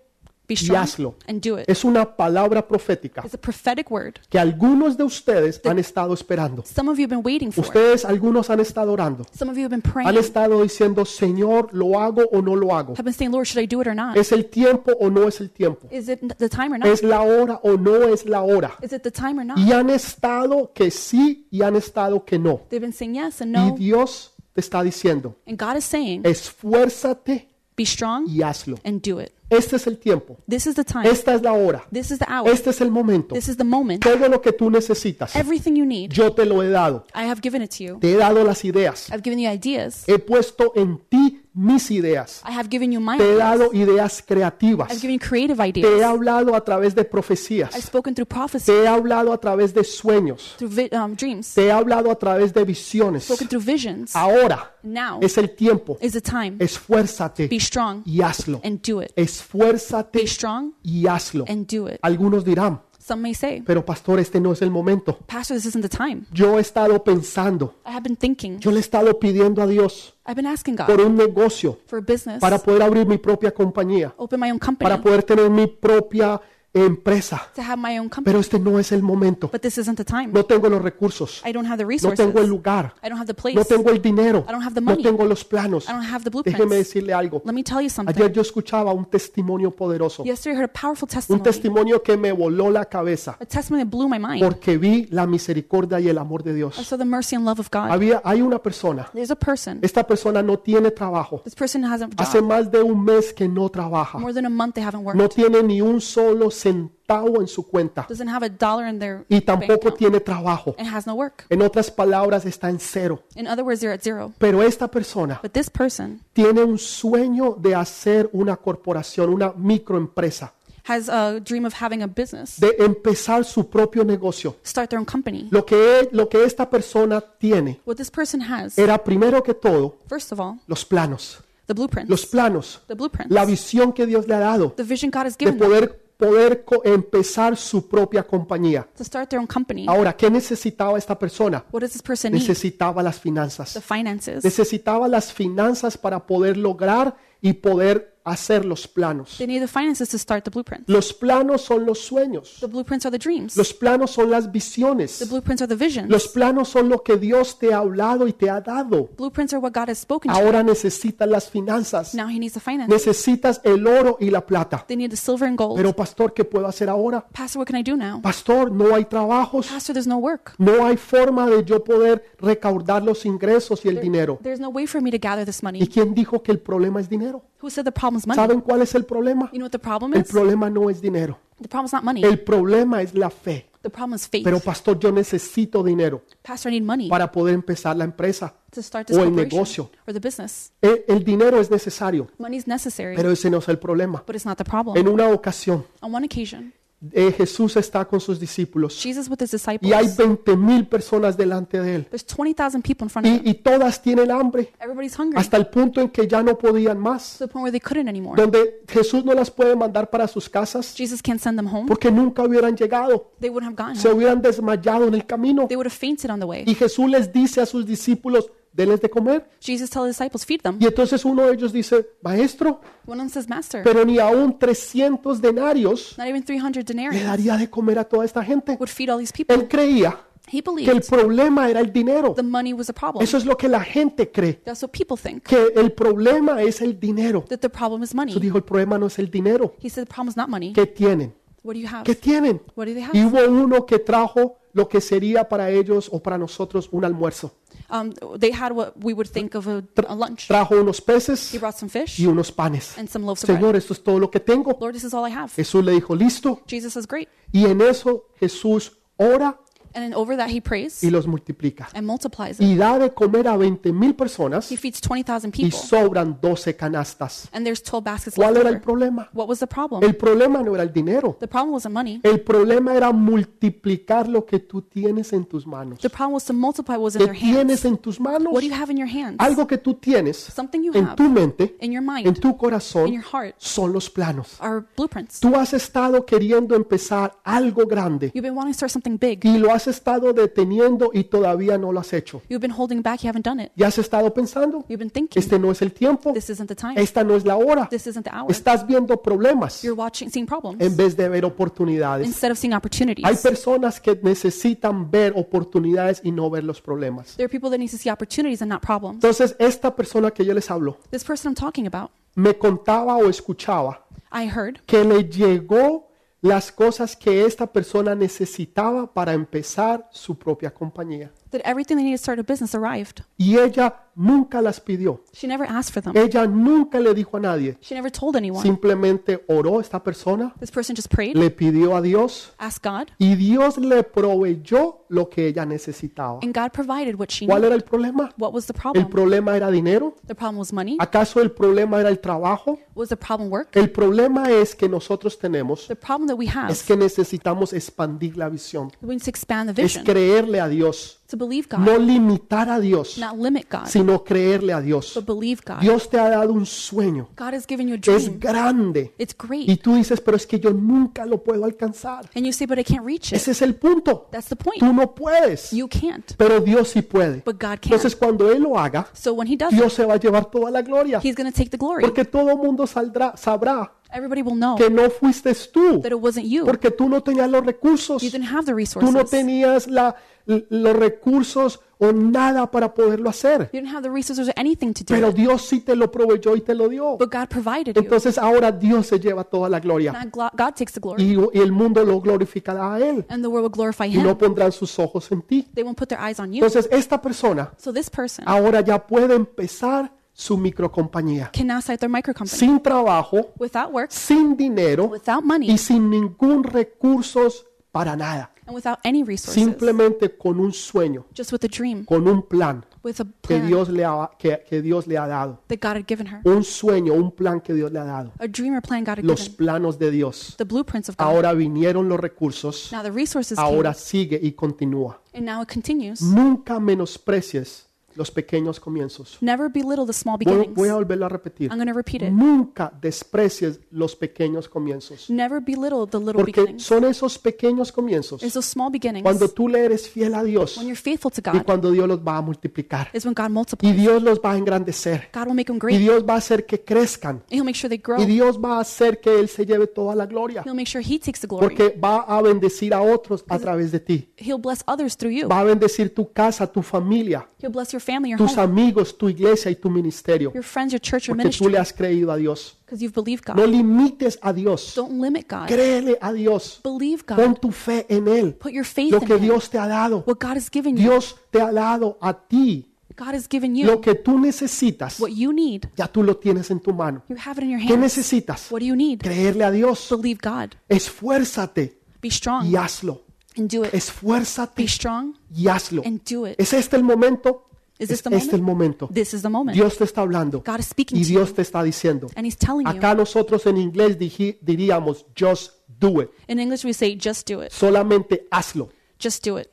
be
hazlo.
strong and do it.
es una palabra profética
It's a prophetic word.
que algunos de ustedes han estado esperando.
Some of you have been waiting for. it.
Ustedes, algunos han estado orando.
Some of you have been
Han
praying.
estado diciendo, Señor, ¿lo hago o no lo hago?
Have been saying, Lord, should I do it or not?
¿Es el tiempo o no es el tiempo?
Is it the time or not?
¿Es la hora o no es la hora?
Is it the time or not?
Y han estado que sí y han estado que no.
They've been saying yes and
Y
no.
Dios te está diciendo,
And God is saying,
esfuérzate
be strong
y hazlo.
and do it.
Este es el tiempo.
This is the time.
Esta es la hora.
This is the hour.
Este es el momento.
This is the moment.
Todo lo que tú necesitas,
Everything you need,
yo te lo he dado.
I have given it to you.
Te he dado las ideas.
I've given you ideas.
He puesto en ti mis ideas.
I have given you my
Te he
ideas.
dado ideas
I've
creativas.
given you creative
Te he
ideas.
hablado a través de
I've
profecías.
spoken through prophecy,
Te he hablado a través de sueños.
through vi- um, dreams,
Te he hablado a través de visiones.
spoken through visions.
Ahora
Now
es el tiempo.
is the time.
Esfuérzate
Be strong
y hazlo.
and do it.
Esfuérzate
Be strong
y hazlo.
and do it.
Algunos dirán,
Some may say,
pero pastor, este no es el momento.
Pastor, this isn't the time.
Yo he estado pensando,
I have been thinking.
yo le he estado pidiendo a Dios
I've been asking God
por un negocio
for a business,
para poder abrir mi propia compañía,
open my own
para
company,
poder tener mi propia empresa.
to have my own company.
Pero este no es el momento.
But this isn't the time.
No tengo los recursos,
I don't have the
no tengo el
resources.
lugar,
I don't have the
no
place.
tengo el dinero,
I don't have the
no
money.
tengo los planos.
I don't have the
Déjeme
blueprints.
decirle algo.
Let me tell you something.
Ayer yo escuchaba un testimonio poderoso,
Yesterday I heard a powerful
un
testimony,
testimonio que me voló la cabeza
a testimony that blew my mind.
porque vi la misericordia y el amor de
I
Dios.
saw the mercy and love of God.
Había, hay una persona,
There's a person.
esta persona no tiene trabajo,
This person hasn't
hace
job.
más de un mes que no trabaja,
More than a month they haven't worked.
no tiene ni un solo centavo en su cuenta
Doesn't have a dollar in their
y
bank
tampoco
account,
tiene trabajo.
and has no work.
En otras palabras, está en cero.
In other words, they're at zero.
Pero esta persona
But this person
tiene un sueño de hacer una corporación, una microempresa,
has a dream of having a business,
de empezar su propio negocio.
start their own company.
Lo que, e, lo que esta persona tiene
What this person has,
era primero que todo
first of all,
los planos,
the blueprints.
los planos,
the blueprints.
la visión que Dios le ha dado
the vision God has
de
given them
poder, poder co- empezar su propia compañía.
to start their own company.
Ahora, ¿qué necesitaba esta persona?
What does this person need?
Necesitaba las
The
finanzas.
finances.
Necesitaba las finanzas para poder lograr y poder hacer los planos.
They need the finances to start the blueprints.
Los planos son los sueños.
The blueprints are the dreams.
Los planos son las
The
visiones.
blueprints are the visions.
Los planos son lo que Dios te ha hablado y te ha dado.
Blueprints are what God has spoken to.
Ahora necesitas las finanzas.
Now he needs the finance.
Necesitas el oro y la plata.
They need the silver and gold.
Pero pastor, ¿qué puedo hacer ahora?
Pastor, what can I do now?
Pastor, no hay trabajos.
Pastor, there's no work.
No hay forma de yo poder recaudar los ingresos y el dinero.
There's no way for me to gather this
¿Y
money.
quién dijo que el problema es dinero?
Who said the problem's money?
¿Saben cuál es el problema?
You know what the problem
El
is?
problema no es dinero.
The problem's not money.
El problema es la fe.
The problem is faith.
Pero pastor, yo necesito dinero
Pastor, I need money
para poder empezar la empresa.
to start this
o el
corporation
negocio.
or the business.
El, el dinero es necesario,
Money's necessary,
pero ese no es el problema.
but it's not the problem.
En una ocasión,
On one occasion,
eh, Jesús está con sus discípulos
Jesus with his
y hay
disciples,
20 mil personas delante de él
there's 20,000 people in front of him.
y, y todas tienen hambre
Everybody's hungry
hasta el punto en que ya no podían más,
to the point where they couldn't anymore.
donde Jesús no las puede mandar para sus casas
Jesus can't send them home.
porque nunca hubieran llegado,
They wouldn't have gotten
se
home.
hubieran desmayado en el camino.
They would have fainted on the way.
Y Jesús les dice a sus discípulos, denles de comer.
Jesus tells his disciples, feed them.
Y entonces uno de ellos dice, maestro,
One of them says, Master,
pero ni aún 300 denarios
not even 300
le
denarii
daría de comer a toda esta gente.
would feed all these people.
Él creía
He
que el
believed
problema era el dinero.
the money was a problem.
Eso es lo que la gente cree,
That's what people think,
que el problema es el dinero.
that the problem is
Jesús
money.
dijo, el problema no es el dinero.
He said, the problem's not money.
¿Qué tienen?
What do you have?
¿Qué tienen?
What do they
Y
have?
hubo uno que trajo lo que sería para ellos o para nosotros un almuerzo.
Um, they had what we would think of a, a lunch.
Trajo unos
He
peces
brought some fish
y unos panes.
and some loaves of bread.
Señor, esto es todo lo que tengo.
Lord, this is all I have.
Jesús le dijo, listo.
Jesus says, Great.
Y en eso Jesús ora
And then over that, he prays
y los multiplica.
and multiplies it.
Y da de comer a 20 mil personas
He feeds 20,000
y
people.
sobran 12 canastas.
And there's 12 baskets
¿Cuál
left
era el
over.
problema?
What was the problem?
El problema no era el dinero.
The problem wasn't money.
El problema era multiplicar lo que tú tienes en tus manos.
The problem was to multiply what was in
¿Qué
their hands.
tienes en tus manos?
What do you have in your hands?
Algo que tú tienes
Something you
en
have
tu mente,
in your
en
mind,
tu
in
corazón,
your heart,
son los planos.
are blueprints.
Tú has estado queriendo empezar algo grande
You've been wanting to start something big.
y lo has estado deteniendo y todavía no lo has hecho.
You've been holding back. You haven't done it.
Y has estado pensando,
You've been thinking,
este no es el tiempo,
this isn't the time.
esta no es la hora.
This isn't the hour.
Estás viendo problemas
You're watching, seeing problems
en vez de ver oportunidades.
instead of seeing
Hay
opportunities.
personas que necesitan ver oportunidades y no ver los problemas.
There are people that need to see opportunities and not problems.
Entonces, esta persona que yo les hablo
This person I'm talking about,
me contaba o escuchaba
I heard
que le llegó las cosas que esta persona necesitaba para empezar su propia compañía.
that everything they needed to start a business arrived.
Y ella nunca las pidió.
She never asked for them.
Ella nunca le dijo a nadie.
She never told anyone.
Simplemente oró esta persona,
This person just prayed,
le pidió a Dios
asked God,
y Dios le proveyó lo que ella necesitaba.
and God provided what she
¿Cuál
needed.
era el problema?
What was the
¿El
problem?
problema era dinero?
The problem was money.
¿Acaso el problema era el trabajo?
Was the problem work?
El problema es que nosotros tenemos
The problem that we
es
have,
que necesitamos expandir la visión,
we need to expand the
es
vision,
creerle a Dios,
to believe God,
no limitar a Dios,
not limit God,
sino creerle a Dios.
but believe God.
Dios te ha dado un sueño,
God has given you a dream.
es grande,
It's
y
great.
tú dices, pero es que yo nunca lo puedo alcanzar.
And you say, but I can't reach it.
Ese es el punto.
That's the point.
Tú no puedes,
You can't,
pero Dios sí puede.
but God can.
Entonces cuando Él lo haga,
So when He does it,
Dios se va a llevar toda la gloria,
He's going to take the glory.
porque todo mundo saldrá, sabrá
Everybody will know
que no fuiste tú,
that it wasn't you.
porque tú no tenías los recursos,
You didn't have the
tú no
resources. You
tenías la- l- los recursos o nada para poderlo hacer,
didn't have the resources or anything to do
pero
it.
Dios sí te lo proveyó y te lo dio.
But God provided you.
Entonces ahora Dios se lleva toda la gloria
Now glo- God takes the glory.
y, y el mundo lo glorificará a Él
And the world will glorify
y no
Him.
pondrán sus ojos en ti.
They won't put their eyes on you.
Entonces esta persona
So this person
ahora ya puede empezar su microcompañía
can now start their micro company
sin trabajo,
without work,
sin dinero
without
y
money,
sin ningún recursos para nada.
and without any resources.
Simplemente con un sueño,
Just with a dream,
con un plan
with a
que
plan
Dios le ha, que, que Dios le ha dado.
that God had given her.
Un sueño, un plan que Dios le ha dado.
A dream or plan God had
Los
given.
planos de Dios.
The blueprints of God.
Ahora vinieron los recursos,
Now the resources came.
ahora sigue y continúa.
And now it continues.
Nunca menosprecies los pequeños comienzos.
Never belittle the small
Voy,
beginnings.
voy a volverlo a repetir.
I'm going to repeat it.
Nunca desprecies los pequeños comienzos.
Never belittle the little
Porque
beginnings.
son esos pequeños comienzos
It's those small beginnings.
cuando tú le eres fiel a Dios
When you're faithful to
y
God
cuando Dios los va a multiplicar.
is when God
Y
multiplies.
Dios los va a engrandecer.
God will make them
Y
great. And
Dios va a hacer que crezcan.
He'll make sure they grow.
Y Dios va a hacer que Él se lleve toda la gloria.
He'll make sure He takes the glory.
Porque va a bendecir a otros a través de ti.
He'll bless others through you.
Va a bendecir tu casa, tu familia,
He'll bless your family, your
tus
home,
amigos, tu iglesia y tu ministerio.
your friends, your church, your
Porque tú
ministry.
le has creído a Dios.
Because you've believed
No
God.
limites a Dios.
Don't limit God.
Créele a Dios.
Believe God.
Pon tu fe en Él.
Put your faith
Lo que
in Him.
Dios te ha dado.
What God has given you.
Dios te ha dado a ti.
God has given you
Lo que tú necesitas,
what you need.
ya tú lo tienes en tu mano.
You have it in your
¿Qué
hand.
necesitas?
What do you need?
Creerle a Dios.
Believe God.
Esfuérzate
Be
y
strong
hazlo.
and do it.
Esfuérzate
Be strong
y hazlo.
and do it.
¿Es este el momento? Es
Is this the
este el momento.
This is the moment.
Dios te está hablando
God is speaking
y
to you
Dios te está diciendo.
and He's telling you.
Acá nosotros en inglés diji- diríamos just do it.
In English, we say, just do it.
Solamente hazlo.
Just do it.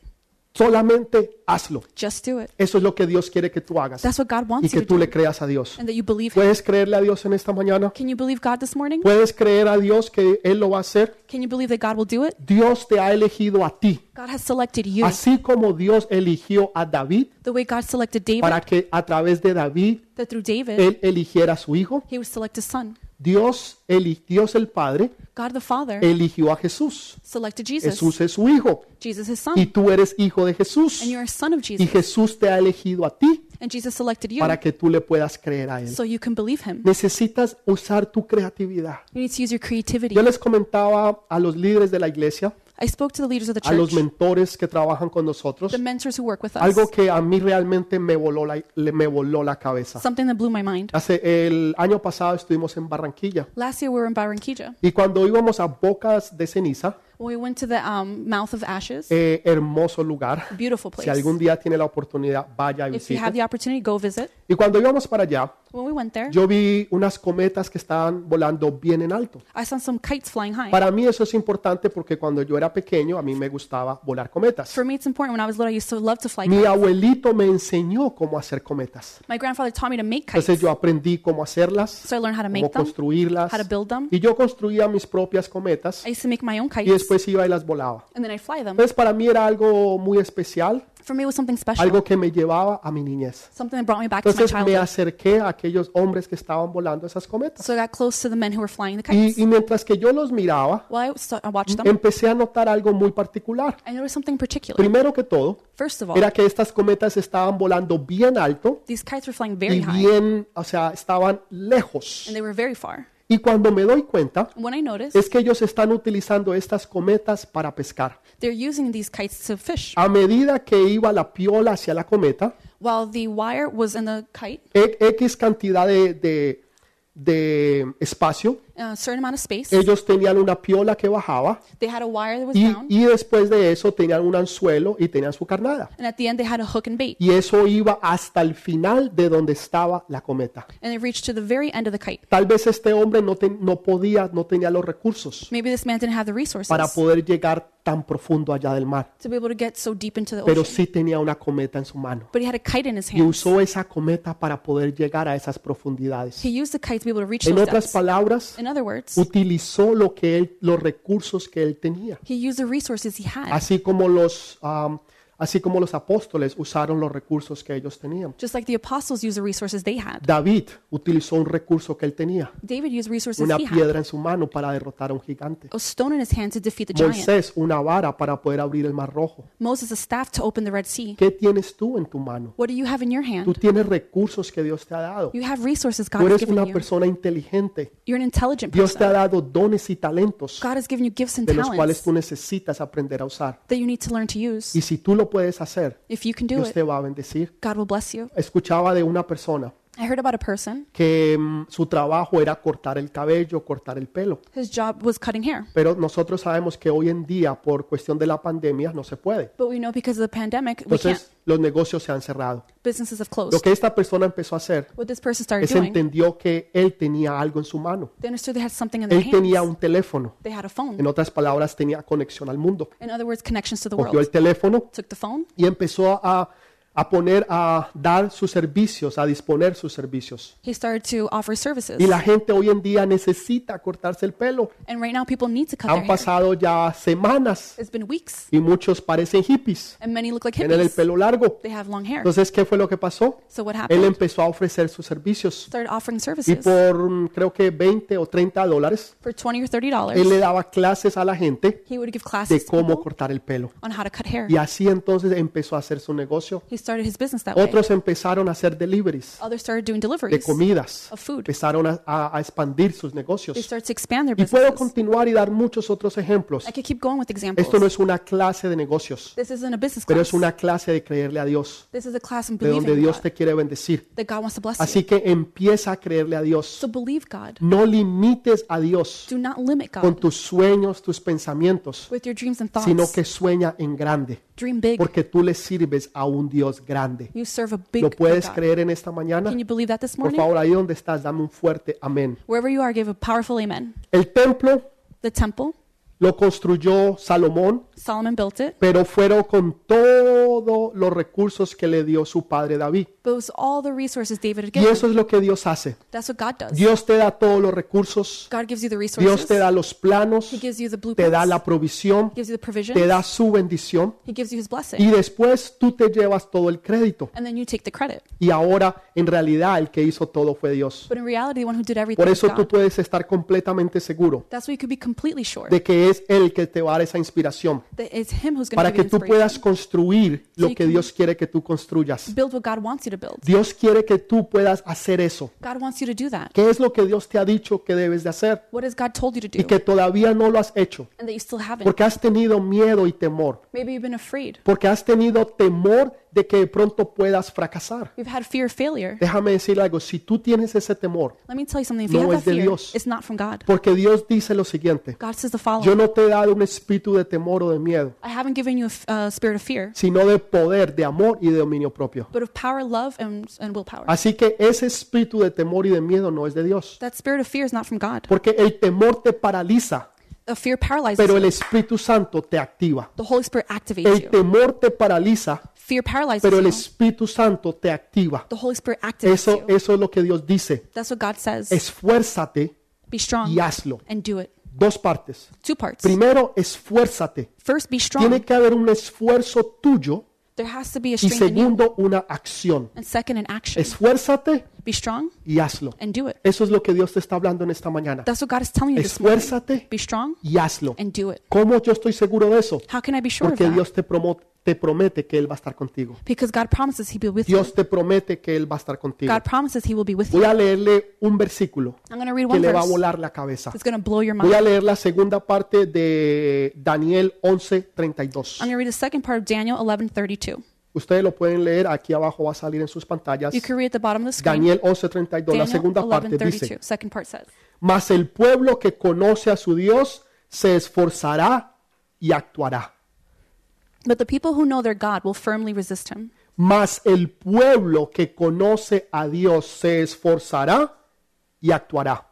Solamente hazlo.
Just do it.
Eso es lo que Dios quiere que tú hagas
That's what God
y
wants you
que
to
tú
do.
le creas a Dios.
And that you believe Him.
¿Puedes creerle a Dios en esta mañana?
Can you believe God this morning?
¿Puedes creer a Dios que Él lo va a hacer?
Can you believe that God will do it?
Dios te ha elegido a ti.
God has selected you.
Así como Dios eligió a David
The way God selected David,
para que a través de David
that through David,
él eligiera a su hijo,
He would select His son.
Dios, eli- Dios el Padre
God the Father
eligió a Jesús.
selected Jesus.
Jesús es su hijo
Jesus, His
y
son.
tú eres hijo de Jesús.
And you're a son of
Y
Jesus.
Jesús te ha elegido a ti
And Jesus selected you
para que tú le puedas creer a él.
so you can believe Him.
Necesitas usar tu creatividad.
You need to use your creativity.
Yo les comentaba a los líderes de la iglesia,
I spoke to the leaders of the
a los
church,
mentores que trabajan con nosotros,
the mentors who work with us,
algo que a mí realmente me voló la, le- me voló la cabeza.
something that blew my mind.
Hace el año pasado estuvimos en Barranquilla
Last year, we were in Barranquilla.
y cuando íbamos a Bocas de Ceniza,
We went to the um, Mouth of Ashes,
eh, hermoso lugar.
beautiful place.
Si algún día tiene la oportunidad, vaya y
If you
visite.
have the opportunity, go visit.
Y cuando íbamos para allá,
When we went there,
yo vi unas cometas que estaban volando bien en alto.
I saw some kites flying high.
Para mí eso es importante porque cuando yo era pequeño a mí me gustaba volar cometas.
For me, it's important. When I was little, I used to love to fly
Mi
kites.
abuelito me enseñó cómo hacer cometas.
My grandfather taught me to make kites,
Entonces yo aprendí cómo hacerlas,
so I learned how to
cómo
make them,
construirlas.
how to build them.
Y yo construía mis propias cometas
I used to make my own
y
kites,
después iba y las volaba.
and then I'd fly them.
Entonces para mí era algo muy especial,
For me, it was something special,
algo que me llevaba a mi niñez.
something that brought me back to my
Entonces me
childhood.
acerqué a aquellos hombres que estaban volando esas cometas.
So I got close to the men who were flying the kites.
Y, y mientras que yo los miraba,
While I saw- I watched them,
empecé a notar algo muy particular.
I noticed something particular.
Primero que todo,
First of all,
era que estas cometas estaban volando bien alto
these kites were flying
y
very high,
bien, o sea, estaban
and
lejos.
they were very far.
Y cuando me doy cuenta
And when I noticed,
es que ellos están utilizando estas cometas para pescar.
they're using these kites to fish.
A medida que iba la piola hacia la cometa,
While the wire was in the kite,
e- X cantidad de, de- de espacio,
a certain amount of space,
ellos tenían una piola que bajaba
they had a wire that was
y,
down,
y después de eso tenían un anzuelo y tenían su carnada.
and at the end they had a hook and bait,
Y eso iba hasta el final de donde estaba la cometa.
and it reached to the very end of the kite.
Tal vez este hombre no, ten- no podía, no tenía los recursos
Maybe this man didn't have the resources
para poder llegar tan profundo allá del mar,
to be able to get so deep into the
pero
ocean,
sí tenía una cometa en su mano
but he had a kite in his
y
hand.
usó esa cometa para poder llegar a esas profundidades.
He used the kite to be able to reach
En
those
otras
depths.
palabras,
In other words,
utilizó lo que él, los recursos que él tenía,
he used the resources he had,
así como los, am, así como los apóstoles usaron los recursos que ellos tenían.
just like the apostles used the resources they had.
David utilizó un recurso que él tenía,
David used resources
una
he had,
piedra en su mano para derrotar a un gigante.
a stone in his hand to defeat the giant,
Moisés una vara para poder abrir el mar rojo.
Moses a staff to open the Red Sea.
¿Qué tienes tú en tu mano?
What do you have in your
Tú
hand?
tienes recursos que Dios te ha dado.
Em, You have resources God
Tú
has
eres
given
una
you.
persona inteligente.
You're an intelligent
Dios te
person.
ha dado dones y talentos
God has given you gifts and
de los cuales
talents
tú necesitas aprender a usar.
that you need to learn to use.
Y si tú lo puedes hacer,
If you can do
Dios
it,
te va a bendecir.
God will bless you.
Escuchaba de una persona
I heard about a person.
que mm, su trabajo era cortar el cabello, cortar el pelo.
His job was cutting hair.
Pero nosotros sabemos que hoy en día, por cuestión de la pandemia, no se puede.
But we know because of the pandemic, we can't.
Entonces, los negocios se han cerrado.
Businesses have
Lo
closed.
que esta persona empezó a hacer
What this person started
es
doing,
entendió que él tenía algo en su mano.
they understood they had something in their
Él tenía
hands.
un teléfono.
They had a
En
phone.
otras palabras, tenía conexión al mundo.
In other words, connections to the
Cogió
world.
el teléfono
Took the phone
y empezó a, a poner a dar sus servicios, a disponer sus servicios.
He started to offer services.
Y la gente hoy en día necesita cortarse el pelo.
And right now, people need to cut
Han
their hair.
pasado ya semanas
It's been weeks,
y muchos parecen hippies,
and many look like
tienen el
hippies.
pelo largo.
They have long hair.
Entonces, ¿qué fue lo que pasó?
So what
Él
happened?
empezó a ofrecer sus servicios
Started offering
y
services
por mm, creo que 20 o 30 dólares,
for twenty or thirty
él le
dollars.
daba clases a la gente
He would give
de
classes to
cómo
people
cortar el pelo.
on how to cut hair.
Y así entonces empezó a hacer su negocio.
He started his business that way.
Otros empezaron a hacer deliveries
Others started doing
de
deliveries
comidas.
of food.
Empezaron a, a- a expandir sus
They
negocios.
started to expand their
Y puedo
businesses.
continuar y dar muchos otros ejemplos.
I could keep going with examples.
Esto no es una clase de negocios,
This isn't a business
pero
class.
es una clase de creerle a Dios,
This is a class in
de donde
believing in
Dios
God,
te quiere bendecir.
that God wants to bless you.
Así que empieza a creerle a Dios.
So believe God.
No limites a Dios
Do not limit
con
God
tus sueños, tus pensamientos,
with your dreams and
sino
thoughts.
que sueña en grande,
Dream big.
porque tú le sirves a un Dios grande.
You serve a big
¿Lo
big
puedes
God.
creer en esta mañana?
Can you believe that this
Por
morning?
favor, ahí donde estás, dame un fuerte amén.
Wherever you are, give a powerful amen.
El templo
The temple,
lo construyó Salomón,
Solomon built it,
pero fueron con todos los recursos que le dio su padre David.
but it was all the resources David had
Y
given.
eso es lo que Dios hace.
That's what God does.
Dios te da todos los recursos,
God gives you the resources.
Dios te da los planos,
He gives you the
te da
blueprints.
la provisión,
gives you the provision.
te da su bendición
He gives you his blessing.
y después tú te llevas todo el crédito.
and then you take the credit.
Y ahora en realidad el que hizo todo fue Dios.
But in reality, the one who did everything
Por
was
eso tú
God.
puedes estar completamente seguro
That's why you could be completely sure
de que es Él que te va a dar esa inspiración
that it's him who's going
para
to
que
give you
tú puedas
inspiration.
construir lo
you
que
can-
Dios quiere que tú construyas.
Build what God wants you to build.
Dios quiere que tú puedas hacer eso.
God wants you to do that.
¿Qué es lo que Dios te ha dicho que debes de hacer
What has God told you to do?
y que todavía no lo has hecho?
and that you still haven't.
Porque has tenido miedo y temor.
Maybe you've been afraid.
Porque has tenido temor de que de pronto puedas fracasar.
You've had fear of failure.
Déjame decir algo, si tú tienes ese temor,
Let me tell you something. If
No
you
es
have that
de
fear,
Dios.
it's not from God.
porque Dios dice lo siguiente,
God says the following.
yo no te he dado un espíritu de temor o de miedo,
I haven't given you a f- uh, spirit of fear,
sino de poder, de amor y de dominio propio.
but of power, love, and, and willpower.
Así que ese espíritu de temor y de miedo no es de Dios,
that spirit of fear is not from God.
porque el temor te paraliza,
A fear paralyzes
pero
you.
el Espíritu Santo te activa.
The Holy Spirit activates
El
you.
temor te paraliza,
Fear paralyzes
pero el
you.
Espíritu Santo te activa.
The Holy Spirit activates
Eso,
you.
eso es lo que Dios dice.
That's what God says.
Esfuérzate
be strong
y hazlo.
and do it.
Dos partes.
Two parts.
Primero, esfuérzate.
First, be strong.
Tiene que haber un esfuerzo tuyo
there has to be a
y
strength in you.
segundo, una acción.
And second, an action.
Esfuérzate
be strong
y hazlo.
and do it.
Eso es lo que Dios te está hablando en esta mañana.
That's what God is telling you this morning.
Esfuérzate
Be strong
y hazlo.
and do it.
¿Cómo yo estoy seguro de eso?
How can I be sure of
Porque
that?
Dios te, promo- te promete que Él va a estar contigo.
because God promises He will be with
Dios te promete que Él va a estar
you.
contigo.
God promises He will be with you.
Voy a leerle un versículo
I'm going to read
que
one
le va a
verse.
volar la cabeza.
It's going to blow your mind.
Voy a leer la segunda parte de Daniel
I'm
11:32.
going to read the second part of Daniel 11:32.
Ustedes lo pueden leer, aquí abajo va a salir en sus pantallas.
You can read at the bottom of the screen.
Daniel 11:32, la segunda parte dice,
Second part says,
mas el pueblo que conoce a su Dios se esforzará y actuará.
"But the people who know their God will firmly resist him.
Mas el pueblo que conoce a Dios se esforzará y actuará.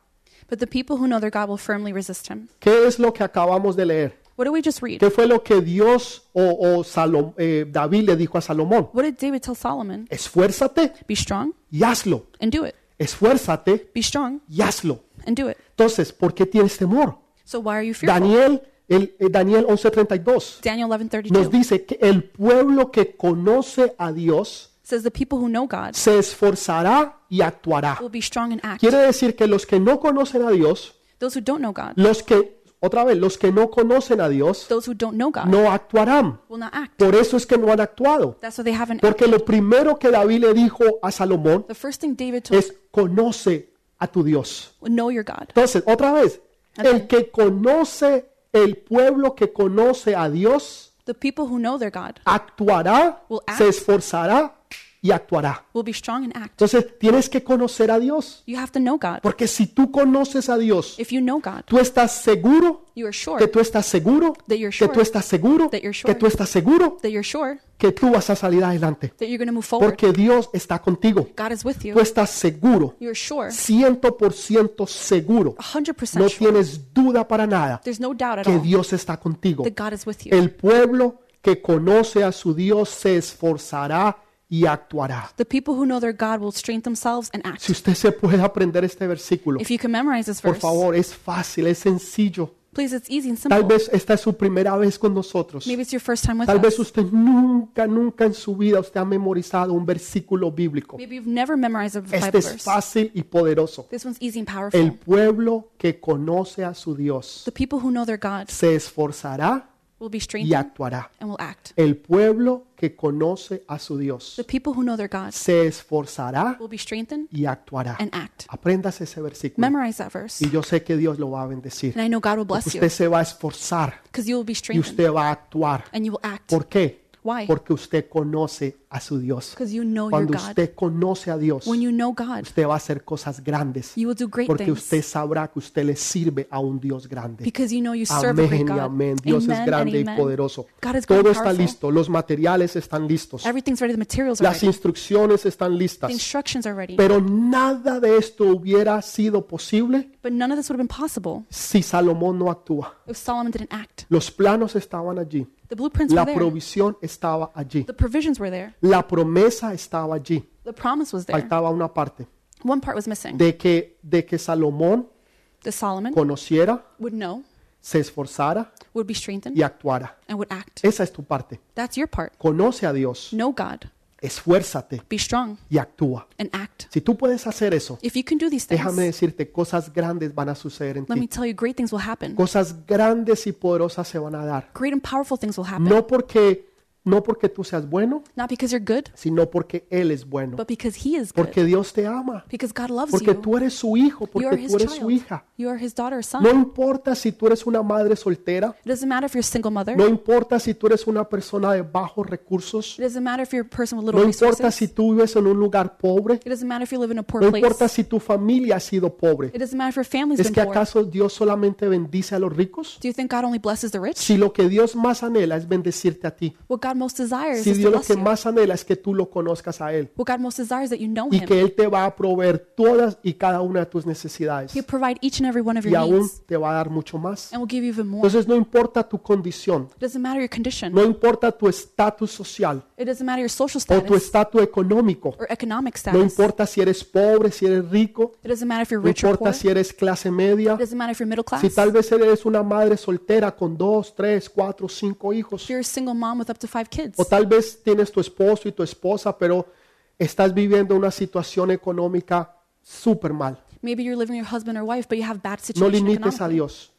But the people who know their God will firmly resist him."
¿Qué es lo que acabamos de leer?
What did we just read?
¿Qué fue lo que Dios o, o Salom- eh, David le dijo a Salomón?
What did David tell Solomon?
Esfuérzate
Be strong
y hazlo.
and do it.
Esfuérzate
Be strong
y hazlo.
and do it.
Entonces, ¿por qué tienes temor?
So why are you fearful?
Daniel, el, eh, Daniel 11:32
Daniel 11:32
nos dice que el pueblo que conoce a Dios
says, "The people who know God
se esforzará y actuará.
will be strong and act.
Quiere decir que los que no conocen a Dios,
Those who don't know God,
los que, otra vez, los que no conocen a Dios,
those who don't know God,
no actuarán.
will not act.
Por eso es que no han actuado.
That's why they haven't.
Porque lo primero que David le dijo a Salomón
The first thing David told
es conoce a tu Dios.
know your God.
Entonces, otra vez, el que conoce el pueblo que conoce a Dios
The people who know their God
actuará,
Will act.
se esforzará y actuará.
will be strong and act.
Entonces, tienes que conocer a Dios,
You have to know God.
porque si tú conoces a Dios,
If you know God,
tú estás seguro
you are sure
que tú estás seguro,
That you're
que tú
sure.
estás seguro,
That you're
que tú
sure.
estás seguro
that you're sure
que tú vas a salir adelante,
that you're going to move forward.
porque Dios está contigo.
God is with
Tú
you.
estás seguro,
You're sure,
ciento por ciento seguro.
100%
No
sure.
tienes duda para nada
There's no doubt at
que
all
Dios está contigo.
that God is with you.
El pueblo que conoce a su Dios se esforzará y actuará.
The people who know their God will strengthen themselves and act.
Si usted se puede aprender este versículo,
If you can memorize this
por
verse,
favor, es fácil, es sencillo.
please, it's easy and
Tal
simple.
vez esta es su primera vez con nosotros.
Maybe it's your first time with
Tal vez
us.
usted nunca, nunca en su vida usted ha memorizado un versículo bíblico.
Maybe you've never memorized a Bible
Este es
verse.
fácil y poderoso.
This one's easy and
El
powerful.
pueblo que conoce a su Dios
The people who know their God
se esforzará
will be
y
strengthened
actuará.
and will act.
El pueblo que conoce a su Dios
The people who know their God
se esforzará
will be strengthened
y actuará.
and act.
Apréndase ese versículo.
Memorize that verse.
Y yo sé que Dios lo va a bendecir.
And I know God will bless
Usted
you
se va a esforzar
because you will be
y
strengthened
usted va a actuar.
and you will act.
¿Por qué?
Why?
Porque usted conoce a su Dios.
Because you know your
Cuando
God.
usted conoce a Dios,
When you know God,
usted va a hacer cosas grandes.
you will do great
Porque usted
things
sabrá que usted le sirve a un Dios grande.
because you know you serve a great
Amén y
God.
amén. Dios es
Amen and
grande y
amen.
poderoso.
God is great
Todo
and
está
powerful.
listo. Los materiales están listos.
Everything's ready. The materials are
Las
ready.
instrucciones están
The
listas.
instructions are ready.
Pero nada de esto hubiera sido posible
But none of this would have been possible
si Salomón no actúa.
if Solomon didn't act.
Los planos estaban allí.
The blueprints were
La
there.
provisión estaba allí.
The provisions were there.
La promesa estaba allí.
The promise was there.
Faltaba una parte.
One part was missing.
De que, de que Salomón
That Solomon
conociera,
would know,
se esforzara
would be strengthened,
y actuara.
and would act.
Esa es tu parte.
That's your part.
Conoce a Dios,
Know God.
esfuérzate
Be strong
y actúa.
and act.
Si tú puedes hacer eso,
If you can do these
déjame
things,
decirte, cosas grandes van a suceder en
let me
ti.
tell you, great things will happen.
Cosas grandes y poderosas se van a dar.
Great and powerful things will happen.
No porque, no porque tú seas bueno,
Not because you're good,
sino porque Él es bueno.
but because He is good.
Porque Dios te ama.
Because God loves
Porque
you.
tú eres su hijo,
You are
porque
His
tú eres su
child. Ah.
hija.
You are His daughter or son.
No importa si tú eres una madre soltera,
It doesn't matter if you're a single mother.
no importa si tú eres una persona de bajos recursos,
It doesn't matter if you're a person with little
no importa
resources.
si tú vives en un lugar pobre,
It doesn't matter if you live in a poor
no
place.
importa si tu familia ha sido pobre.
It doesn't matter if your family's
¿Es
been
que
poor.
acaso Dios solamente bendice a los ricos?
Do you think God only blesses the rich?
Si lo que Dios más anhela es bendecirte a ti,
What God most desires
si
is to
Dios lo
bless
que
you.
más anhela es que tú lo conozcas a Él
What God most desires is that you know
y
Him.
que Él te va a proveer todas y cada una de tus necesidades
He'll provide each and every one of
y
your
aún
needs
te va a dar mucho más.
and will give you even more.
Entonces no importa tu condición,
It doesn't matter your condition.
no importa tu estatus social
It doesn't matter your social
o tu
status
estatus económico,
or economic
no
status. It
importa si eres pobre, si eres rico,
doesn't matter if you're
no
rich or poor.
importa
It
si eres clase media,
doesn't matter if you're middle class.
si tal
If
vez eres una madre soltera con dos, tres, cuatro, cinco hijos.
you're a single mom with up to five kids.
O tal vez tienes tu esposo y tu esposa, pero estás viviendo una situación económica súper mal.
Maybe you're living with your husband or wife, but you have bad
No
situation
limites a
economically.
Dios.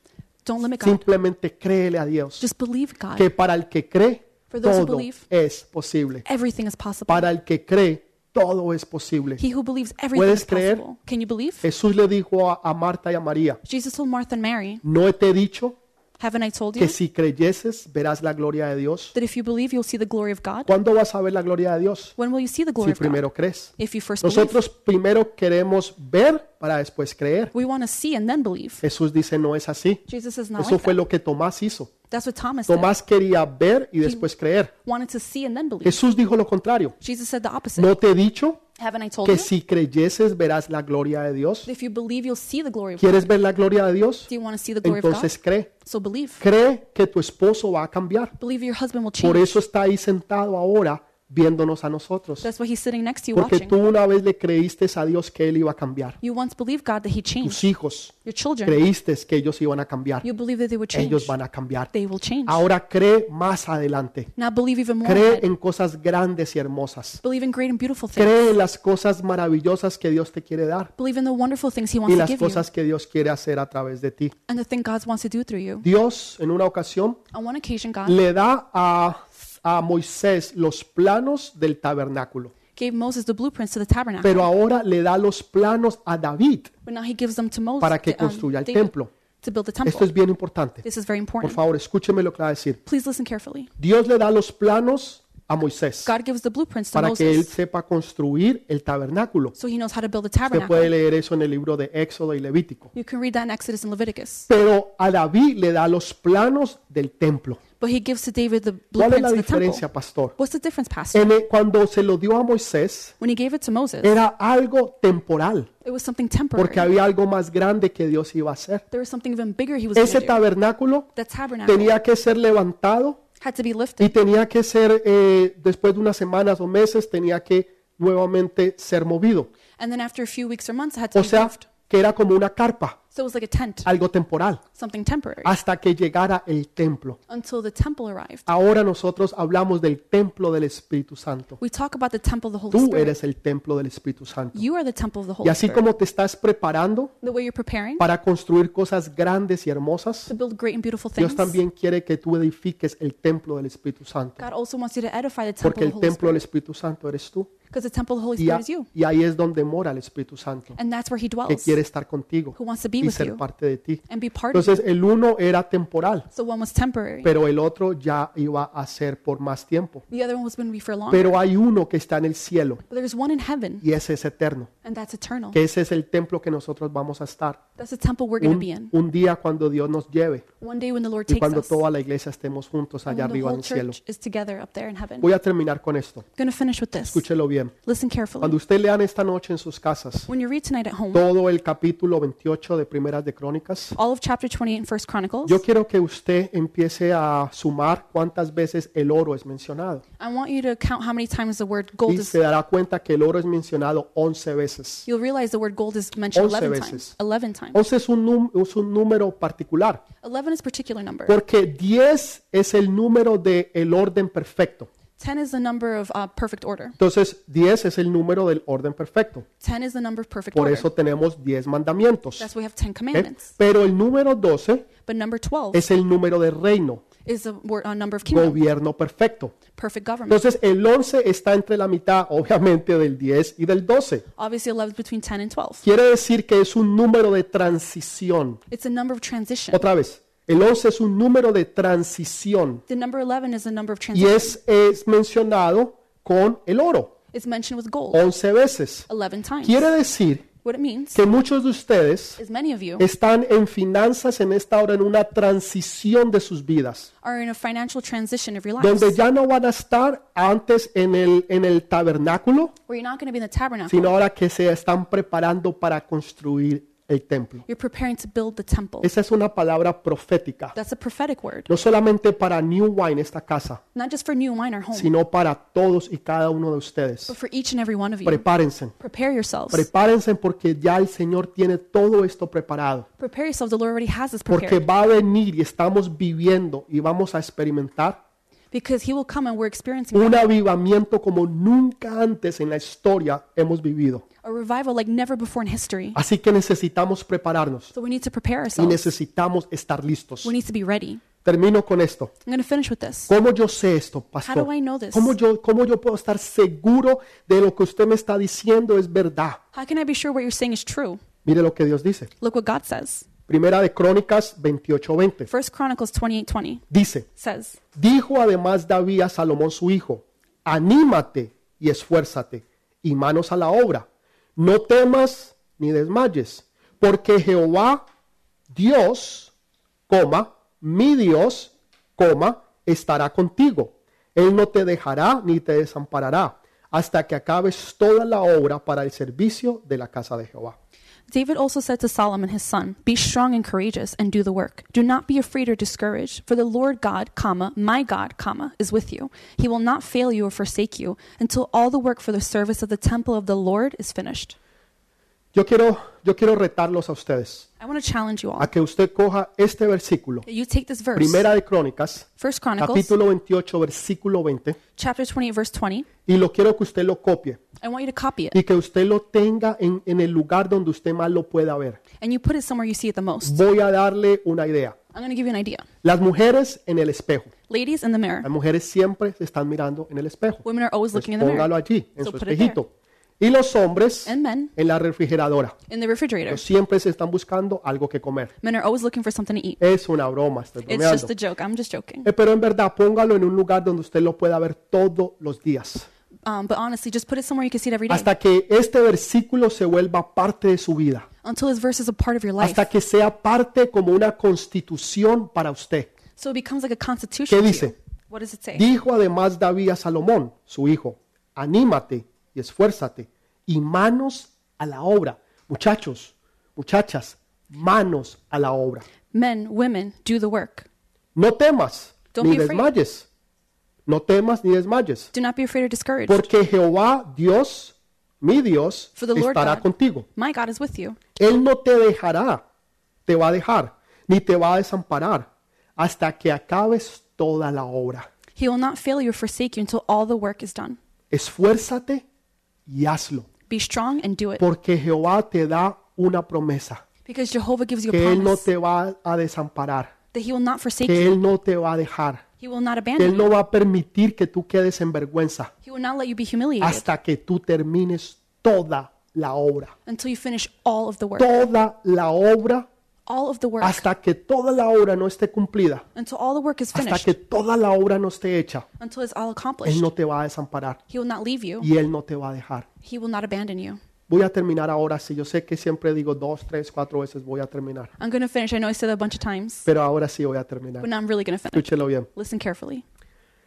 Don't limit God.
Simplemente créele a Dios.
Just believe God.
Que para el que cree,
For those who
todo
believe.
es posible.
Everything is possible.
Para el que cree, todo es posible.
He who believes everything is
¿Puedes creer? Eh.
possible. Can you believe?
Jesús le dijo a, a Marta y a María,
Jesus told Martha and Mary,
no te he dicho
Haven't I told
que
you
si creyeses verás la gloria de Dios.
that if you believe, you'll see the glory of God?
¿Cuándo vas a ver la gloria de Dios?
When will you see the glory
Si
of God?
primero crees.
If you first believe.
Nosotros primero queremos ver para después creer.
We want to see and then believe.
Jesús dice, no es así.
Jesus is not
Eh. Eso
like
fue
that.
lo que Tomás hizo.
That's what Thomas did.
Tomás quería ver y después creer.
Wanted to see and then believe.
Jesús dijo lo contrario.
Jesus said the opposite.
¿No te he dicho
Haven't I told
que
you?
si creyeses verás la gloria de Dios?
that If you believe, you'll see the glory of God.
¿Quieres ver la gloria de Dios?
Do you want to see the glory of God?
Entonces cree.
So believe.
Cree que tu esposo va a cambiar.
Believe your husband will
Por
change.
eso está ahí sentado ahora viéndonos a nosotros.
That's why he's sitting next to you
Porque
watching.
tú una vez le creíste a Dios que Él iba a cambiar.
You once believed God that he changed.
Tus hijos
Your children,
creíste que ellos iban a cambiar.
you believe that they would change.
Ellos van a cambiar.
They will change.
Ahora cree más adelante.
Now believe even more.
Cree
ahead.
en cosas grandes y hermosas.
Believe in great and beautiful things.
Cree en las cosas maravillosas que Dios te quiere dar
Believe in the wonderful things he
y
wants to
las
give you
cosas que Dios quiere hacer a través de ti.
and the thing God wants to do through you.
Dios en una ocasión
On one occasion, God
le da a, a Moisés los planos del tabernáculo,
gave Moses the blueprints to the tabernacle,
pero ahora le da los planos a David
but now he gives them to Moses
para que
to, um,
construya el
David,
templo.
to build the
Esto
temple.
es bien importante.
This is very
Por
important.
favor, escúcheme lo que va a decir.
Please listen carefully.
Dios le da los planos a Moisés
God gives the blueprints to
para que él
Moses
sepa construir el tabernáculo.
so he knows how to build the
Usted
tabernacle.
puede leer eso en el libro de Éxodo y Levítico.
You can read that in Exodus and Leviticus.
pero a David le da los planos del templo.
But he gives to David the
¿Cuál es la
blueprints of the temple.
diferencia, pastor?
What's the difference, Pastor?
En el- cuando se lo dio a Moisés,
When he gave it to Moses,
era algo temporal,
it was something
porque
temporary.
había algo más grande que Dios iba a hacer.
There was something even bigger he was going
Ese
to do. Ah.
tabernáculo
The tabernacle
tenía que ser levantado
had to be lifted.
y tenía que ser, eh, después de unas semanas o meses, tenía que nuevamente ser movido.
And then after a few weeks or months, it had to
O
be
sea,
moved.
que era como una carpa,
So it was like a tent,
algo temporal,
something temporary,
hasta que llegara el templo.
until the temple arrived.
Ahora nosotros hablamos del templo del Espíritu Santo.
We talk about the temple of the Holy
Tú
Spirit.
eres el templo del Espíritu Santo.
You are the temple of the
Y
Holy
así
Spirit.
como te estás preparando
The way you're preparing
para construir cosas grandes y hermosas,
to build great and beautiful
Dios
things,
también quiere que tú edifiques el templo del Espíritu Santo.
God also wants you to edify the
Porque
temple of
el
the Holy
templo
Spirit.
del Espíritu Santo eres tú.
Because the temple of the Holy
Y, a-
Spirit is you.
y ahí es donde mora el Espíritu Santo,
And that's where He
que
dwells,
quiere estar contigo
who wants to be
y
with
ser
you
parte de ti.
and be part of you.
Entonces el uno era temporal,
So one was temporary.
pero el otro ya iba a ser por más tiempo.
The other one was going to be for long. But
Pero hay uno que está en el cielo
there's one in heaven,
y ese es eterno,
and that's eternal.
que ese es el templo que nosotros vamos a estar
That's the temple we're going to be
un,
in.
un día cuando Dios nos lleve
One day when the Lord
y
takes
cuando
us,
toda la iglesia estemos juntos allá
when the
arriba en
whole
el cielo.
church is together up there in heaven.
Voy a terminar con esto,
I'm going to finish with this.
escúchelo bien.
Listen carefully.
Cuando usted lean esta noche en sus casas
When you read tonight at home,
todo el capítulo 28 de Primeras de Crónicas,
all of chapter 28 in First Chronicles,
Yo quiero que usted empiece a sumar cuántas veces el oro es mencionado.
I want you to count how many times the word gold
Y
is.
se dará cuenta que el oro es mencionado 11 veces.
You'll realize the word gold is mentioned
11
11
veces.
times. 11 times.
11 es un, num- es un número particular,
11 is a particular number.
porque 10 es el número del el orden perfecto.
10 is the number of uh, perfect order.
Entonces, 10 es el número del orden perfecto.
10 is the number of perfect
Por
order.
eso tenemos 10 mandamientos.
That's why we have 10
¿ok?
commandments.
Pero el número 12
But number 12
es el número de reino,
is the word, uh, number of kingdom,
gobierno perfecto.
perfect government.
Entonces, el 11 está entre la mitad, obviamente, del 10 y del 12.
Obviously, 11 is between 10 and 12.
Quiere decir que es un número de transición.
It's a number of transition.
Otra vez, el 11 es un número de transición
The number 11 is a number of transition.
y es, es mencionado con el oro
It's mentioned with gold
11 veces.
11 times.
Oh. Quiere decir
What it means
que muchos de ustedes
is many of you
están en finanzas en esta hora en una transición de sus vidas,
are in a financial transition of your lives
donde ya no van a estar antes en el, en el tabernáculo,
where you're not going to be in the tabernacle.
sino ahora que se están preparando para construir el templo.
You're preparing to build the temple.
Esa es una palabra profética.
That's a prophetic word.
no solamente para New Wine esta casa,
Not just for new wine or home,
sino para todos y cada uno de ustedes.
but for each and every one of you.
Prepárense,
Prepare yourselves.
prepárense porque ya el Señor tiene todo esto preparado,
Prepare yourselves. The Lord already has us prepared.
porque va a venir y estamos viviendo y vamos a experimentar
because He will come and we're experiencing
un avivamiento como nunca antes en la historia hemos vivido.
a revival like never before in history.
Así que necesitamos prepararnos
So we need to prepare
y
ourselves.
necesitamos estar listos.
We need to be ready.
Termino con esto.
I'm going to finish with this.
¿Cómo yo sé esto,
How
pastor?
do I know this?
¿Cómo yo, ¿Cómo yo puedo estar seguro de lo que usted me está diciendo es verdad?
How can I be sure what you're saying is true?
Mire lo que Dios dice.
Look what God says.
Primera de Crónicas 28:20.
First Chronicles 28:20
Dice,
says,
dijo además David a Salomón su hijo, anímate y esfuérzate y manos a la obra. No temas ni desmayes, porque Jehová, Dios, coma, mi Dios, coma, estará contigo. Él no te dejará ni te desamparará hasta que acabes toda la obra para el servicio de la casa de Jehová.
David also said to Solomon his son, Be strong and courageous and do the work. Do not be afraid or discouraged, for the Lord God, comma, my God, comma, is with you. He will not fail you or forsake you until all the work for the service of the temple of the Lord is finished.
Yo quiero, yo quiero retarlos a ustedes.
I want to challenge you all.
a que usted coja este versículo,
that You take this verse,
Primera de Crónicas,
First Chronicles,
capítulo 28, versículo 20,
chapter 28, verse 20.
y lo quiero que usted lo copie
I want you to copy it,
y que usted lo tenga en, en el lugar donde usted más lo pueda ver.
and you put it somewhere you see it the most.
Voy a darle una idea.
I'm going to give you an idea.
Las mujeres en el espejo.
Ladies in the mirror,
Las mujeres siempre se están mirando en el espejo.
women are always
Pues
looking in the mirror,
póngalo allí, en su
So put it there.
espejito. Y los hombres
and men
en la refrigeradora.
in the refrigerator.
Siempre se están buscando algo que comer.
Men are always looking for something to eat.
Es una broma, estoy
It's
bromeando.
just a joke. I'm just joking.
Eh, Pero en verdad, póngalo en un lugar donde usted lo pueda ver todos los días.
Um, but honestly, just put it somewhere you can see it every day
hasta que este versículo se vuelva parte de su vida,
until this verse is a part of your life.
hasta que sea parte como una constitución para usted.
so it becomes like a constitution.
¿Qué
to
dice?
you. What does it say?
Dijo además David a Salomón, su hijo, anímate y esfuérzate y manos a la obra. Muchachos, muchachas, manos a la obra.
Men, women, do the work.
No temas
Don't
ni
be afraid.
desmayes, No temas ni desmayes,
Do not be afraid or discouraged,
porque Jehová Dios, mi Dios,
For the Lord
estará
God.
contigo.
my God is with you.
Él no te dejará, te va a dejar, ni te va a desamparar, hasta que acabes toda la obra.
He will not fail you or forsake you until all the work is done.
Esfuérzate y hazlo,
Be strong and do it,
porque Jehová te da una promesa,
because Jehovah gives you a
que Él no
promise
te va a desamparar,
that He will not forsake you.
que Él no te va a dejar,
He will not
que Él
abandon you.
no va a permitir que tú quedes en vergüenza
He will not let you be humiliated
hasta que tú termines toda la obra,
until you finish all of the work.
toda la obra,
All of the work.
hasta que toda la obra no esté cumplida,
Until all the work is
hasta
finished.
que toda la obra no esté hecha.
Until it's all
Él
accomplished.
no te va a desamparar
He will not leave you.
y Él no te va a dejar.
He will not abandon you.
Voy a terminar ahora, sí, yo sé que siempre digo dos, tres, cuatro veces voy a terminar,
I'm going to finish. I know I said that a bunch of times,
pero ahora sí voy a terminar.
but now I'm really going to finish.
Escúchelo bien.
Listen carefully.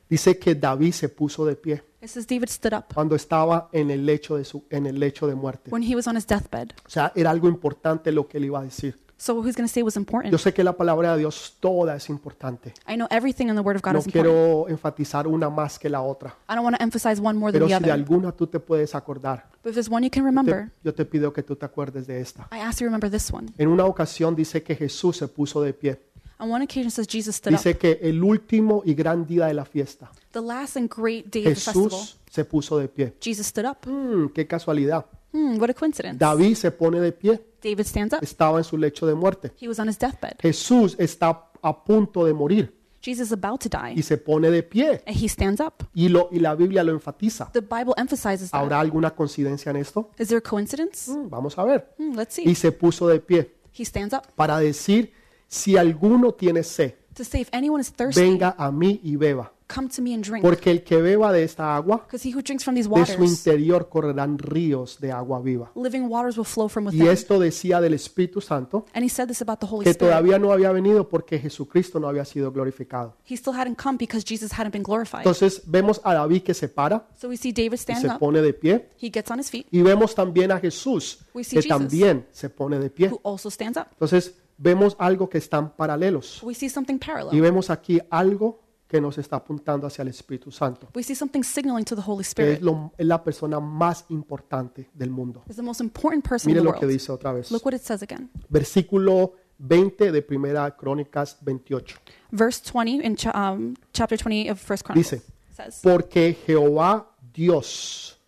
Dice que David se puso de pie
It says David stood up
cuando estaba en el lecho de su en el lecho de muerte.
when he was on his deathbed.
O sea, era algo importante lo que él iba a decir.
So what he was going to say was
Yo
important.
sé que la palabra de Dios toda es importante.
I know everything in the Word of God
No
is important.
quiero enfatizar una más que la otra,
I don't want to emphasize one more than
pero
the
si de
other.
alguna tú te puedes acordar,
But if there's one you can
te-
remember,
yo te pido que tú te acuerdes de esta.
I ask you to remember this one.
En una ocasión dice que Jesús se puso de pie.
On one occasion, it says Jesus stood up.
Dice que el último y gran día de la fiesta,
The last and great day of the festival,
Jesús se puso de pie.
Jesus stood up.
Mm, qué casualidad.
Hmm, what a coincidence.
David se pone de pie.
David stands up.
Estaba en su lecho de muerte.
He was on his deathbed.
Jesús está a punto de morir
Jesus is about to die,
y se pone de pie.
and he stands up.
Y, lo, y la Biblia lo enfatiza.
The Bible emphasizes that.
¿Habrá alguna coincidencia en esto?
Is there a coincidence?
Mm, Vamos a ver.
Hmm, let's
Y
see.
se puso de pie
He stands up
para decir, si alguno tiene sed,
to say, if anyone is thirsty,
venga a mí y beba.
come to me and drink.
Porque el que beba de esta agua,
Because he who drinks from these
de su
waters,
interior correrán ríos de agua viva.
living waters will flow from
Y
within.
esto decía del Espíritu Santo,
And he said this about the Holy
que
Spirit.
todavía no había venido porque Jesucristo no había sido glorificado.
He still hadn't come because Jesus hadn't been glorified.
Entonces vemos a David que se para
So we see David
y
stand
se
up.
pone de pie.
He gets on his feet,
Y vemos también a Jesús
We see
que
Jesus.
también se pone de pie.
who also stands up.
Entonces vemos algo que están paralelos.
We see something
Y
parallel.
vemos aquí algo que nos está apuntando hacia el Espíritu Santo,
We see something signaling to the Holy
que es,
Spirit.
lo- es la persona más importante del mundo.
Is the most important person in
Mire
the
lo que
world.
dice otra vez.
Look what it says again.
Versículo 20 de Primera Crónicas 28.
Verse 20 in cha- um, chapter 20 of First Chronicles
Dice,
says,
porque Jehová Dios,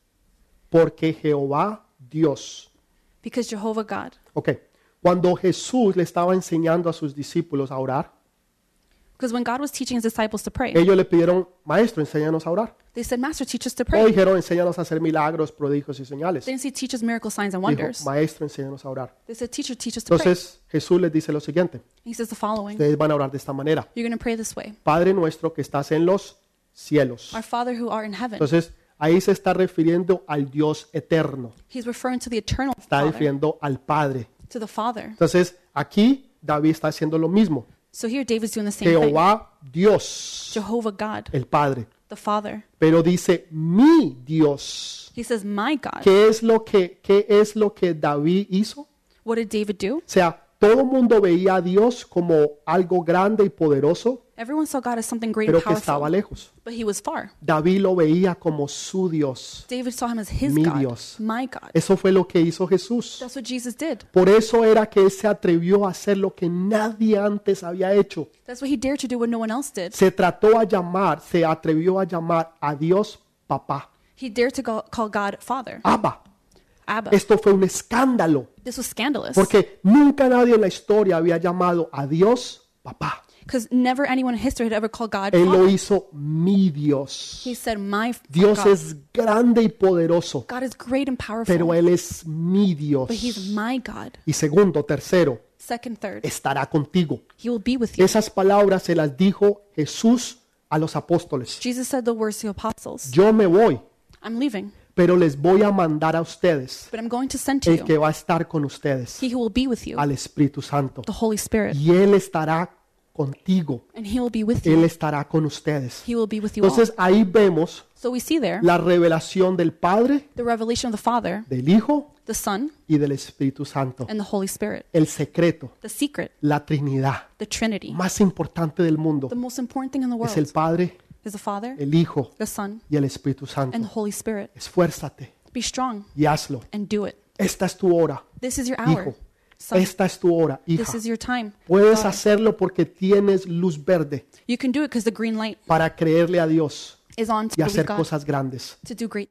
porque Jehová Dios.
Because Jehovah God,
Ok, cuando Jesús le estaba enseñando a sus discípulos a orar,
because when God was teaching his disciples to pray,
Ellos le pidieron, maestro, enséñanos a orar.
they said, Master, teach us to
O
pray.
dijeron, enséñanos a hacer milagros, prodigios y señales.
They didn't say, Teach us miracle signs and
Dijo,
wonders.
maestro, enséñanos a orar.
They said, Teacher, teach us to pray.
Entonces Jesús les dice lo siguiente,
He says the following
ustedes van a orar de esta manera.
You're going to pray this way.
Padre nuestro que estás en los cielos.
Our Father who art in heaven.
Entonces ahí se está refiriendo al Dios eterno,
He's referring to the eternal
está
Father,
refiriendo al Padre.
to the Father.
Entonces aquí David está haciendo lo mismo.
So here David's doing the same thing.
Jehová Dios,
Jehovah God,
el Padre.
the Father.
Pero dice mi Dios.
He says, My God.
¿Qué es lo que, qué es lo que David hizo?
What did David do?
O sea, todo el mundo veía a Dios como algo grande y poderoso,
Everyone saw God as something great
pero
and
que estaba
powerful,
lejos.
but he was far.
David lo veía como su Dios.
David saw him as his
Mi
God,
Dios.
my God.
Eso fue lo que hizo Jesús.
That's what Jesus did.
Por eso era que él se atrevió a hacer lo que nadie antes había hecho.
That's what he dared to do when no one else did.
Se trató a llamar, se atrevió a llamar a Dios papá.
He dared to go, call God Father,
Abba.
Abba.
Esto fue un escándalo,
This was scandalous
porque nunca nadie en la historia había llamado a Dios papá.
because never anyone in history had ever called God
Él lo
Father.
hizo mi Dios.
He said, My f-
Dios
God.
es grande y poderoso,
God is great and powerful,
pero Él es mi
but he's
Dios.
my God.
Y segundo, tercero,
Second, third,
estará contigo.
he will be with you.
Esas palabras se las dijo Jesús a los apóstoles.
Jesus said the words to the apostles
Yo me voy,
I'm leaving,
pero les voy a mandar a ustedes
but I'm going to send to
el
you
que va a estar con ustedes,
he who will be with you,
al Espíritu Santo.
the Holy Spirit,
Y Él estará contigo.
and he will be with
Él
you.
estará con ustedes.
He will be with you all.
Entonces ahí vemos
So we see there
la revelación del Padre,
the revelation of the Father,
del Hijo
the Son,
y del Espíritu Santo.
and the Holy Spirit.
El secreto,
The secret,
la Trinidad.
the Trinity,
más importante del mundo
the most important thing in the
es el
world
Padre,
is the Father,
el Hijo
the Son,
y el Espíritu
and the
Santo.
Holy Spirit.
Esfuérzate
Be strong
y hazlo.
and do it.
Esta es tu hora,
This is your hour.
hijo.
Son,
Esta es tu hora, hija.
this is your time.
Puedes
Daughter.
hacerlo porque tienes luz verde
You can do it because the green light
para creerle a Dios
is on to
y
believe
hacer
God
cosas grandes.
to do great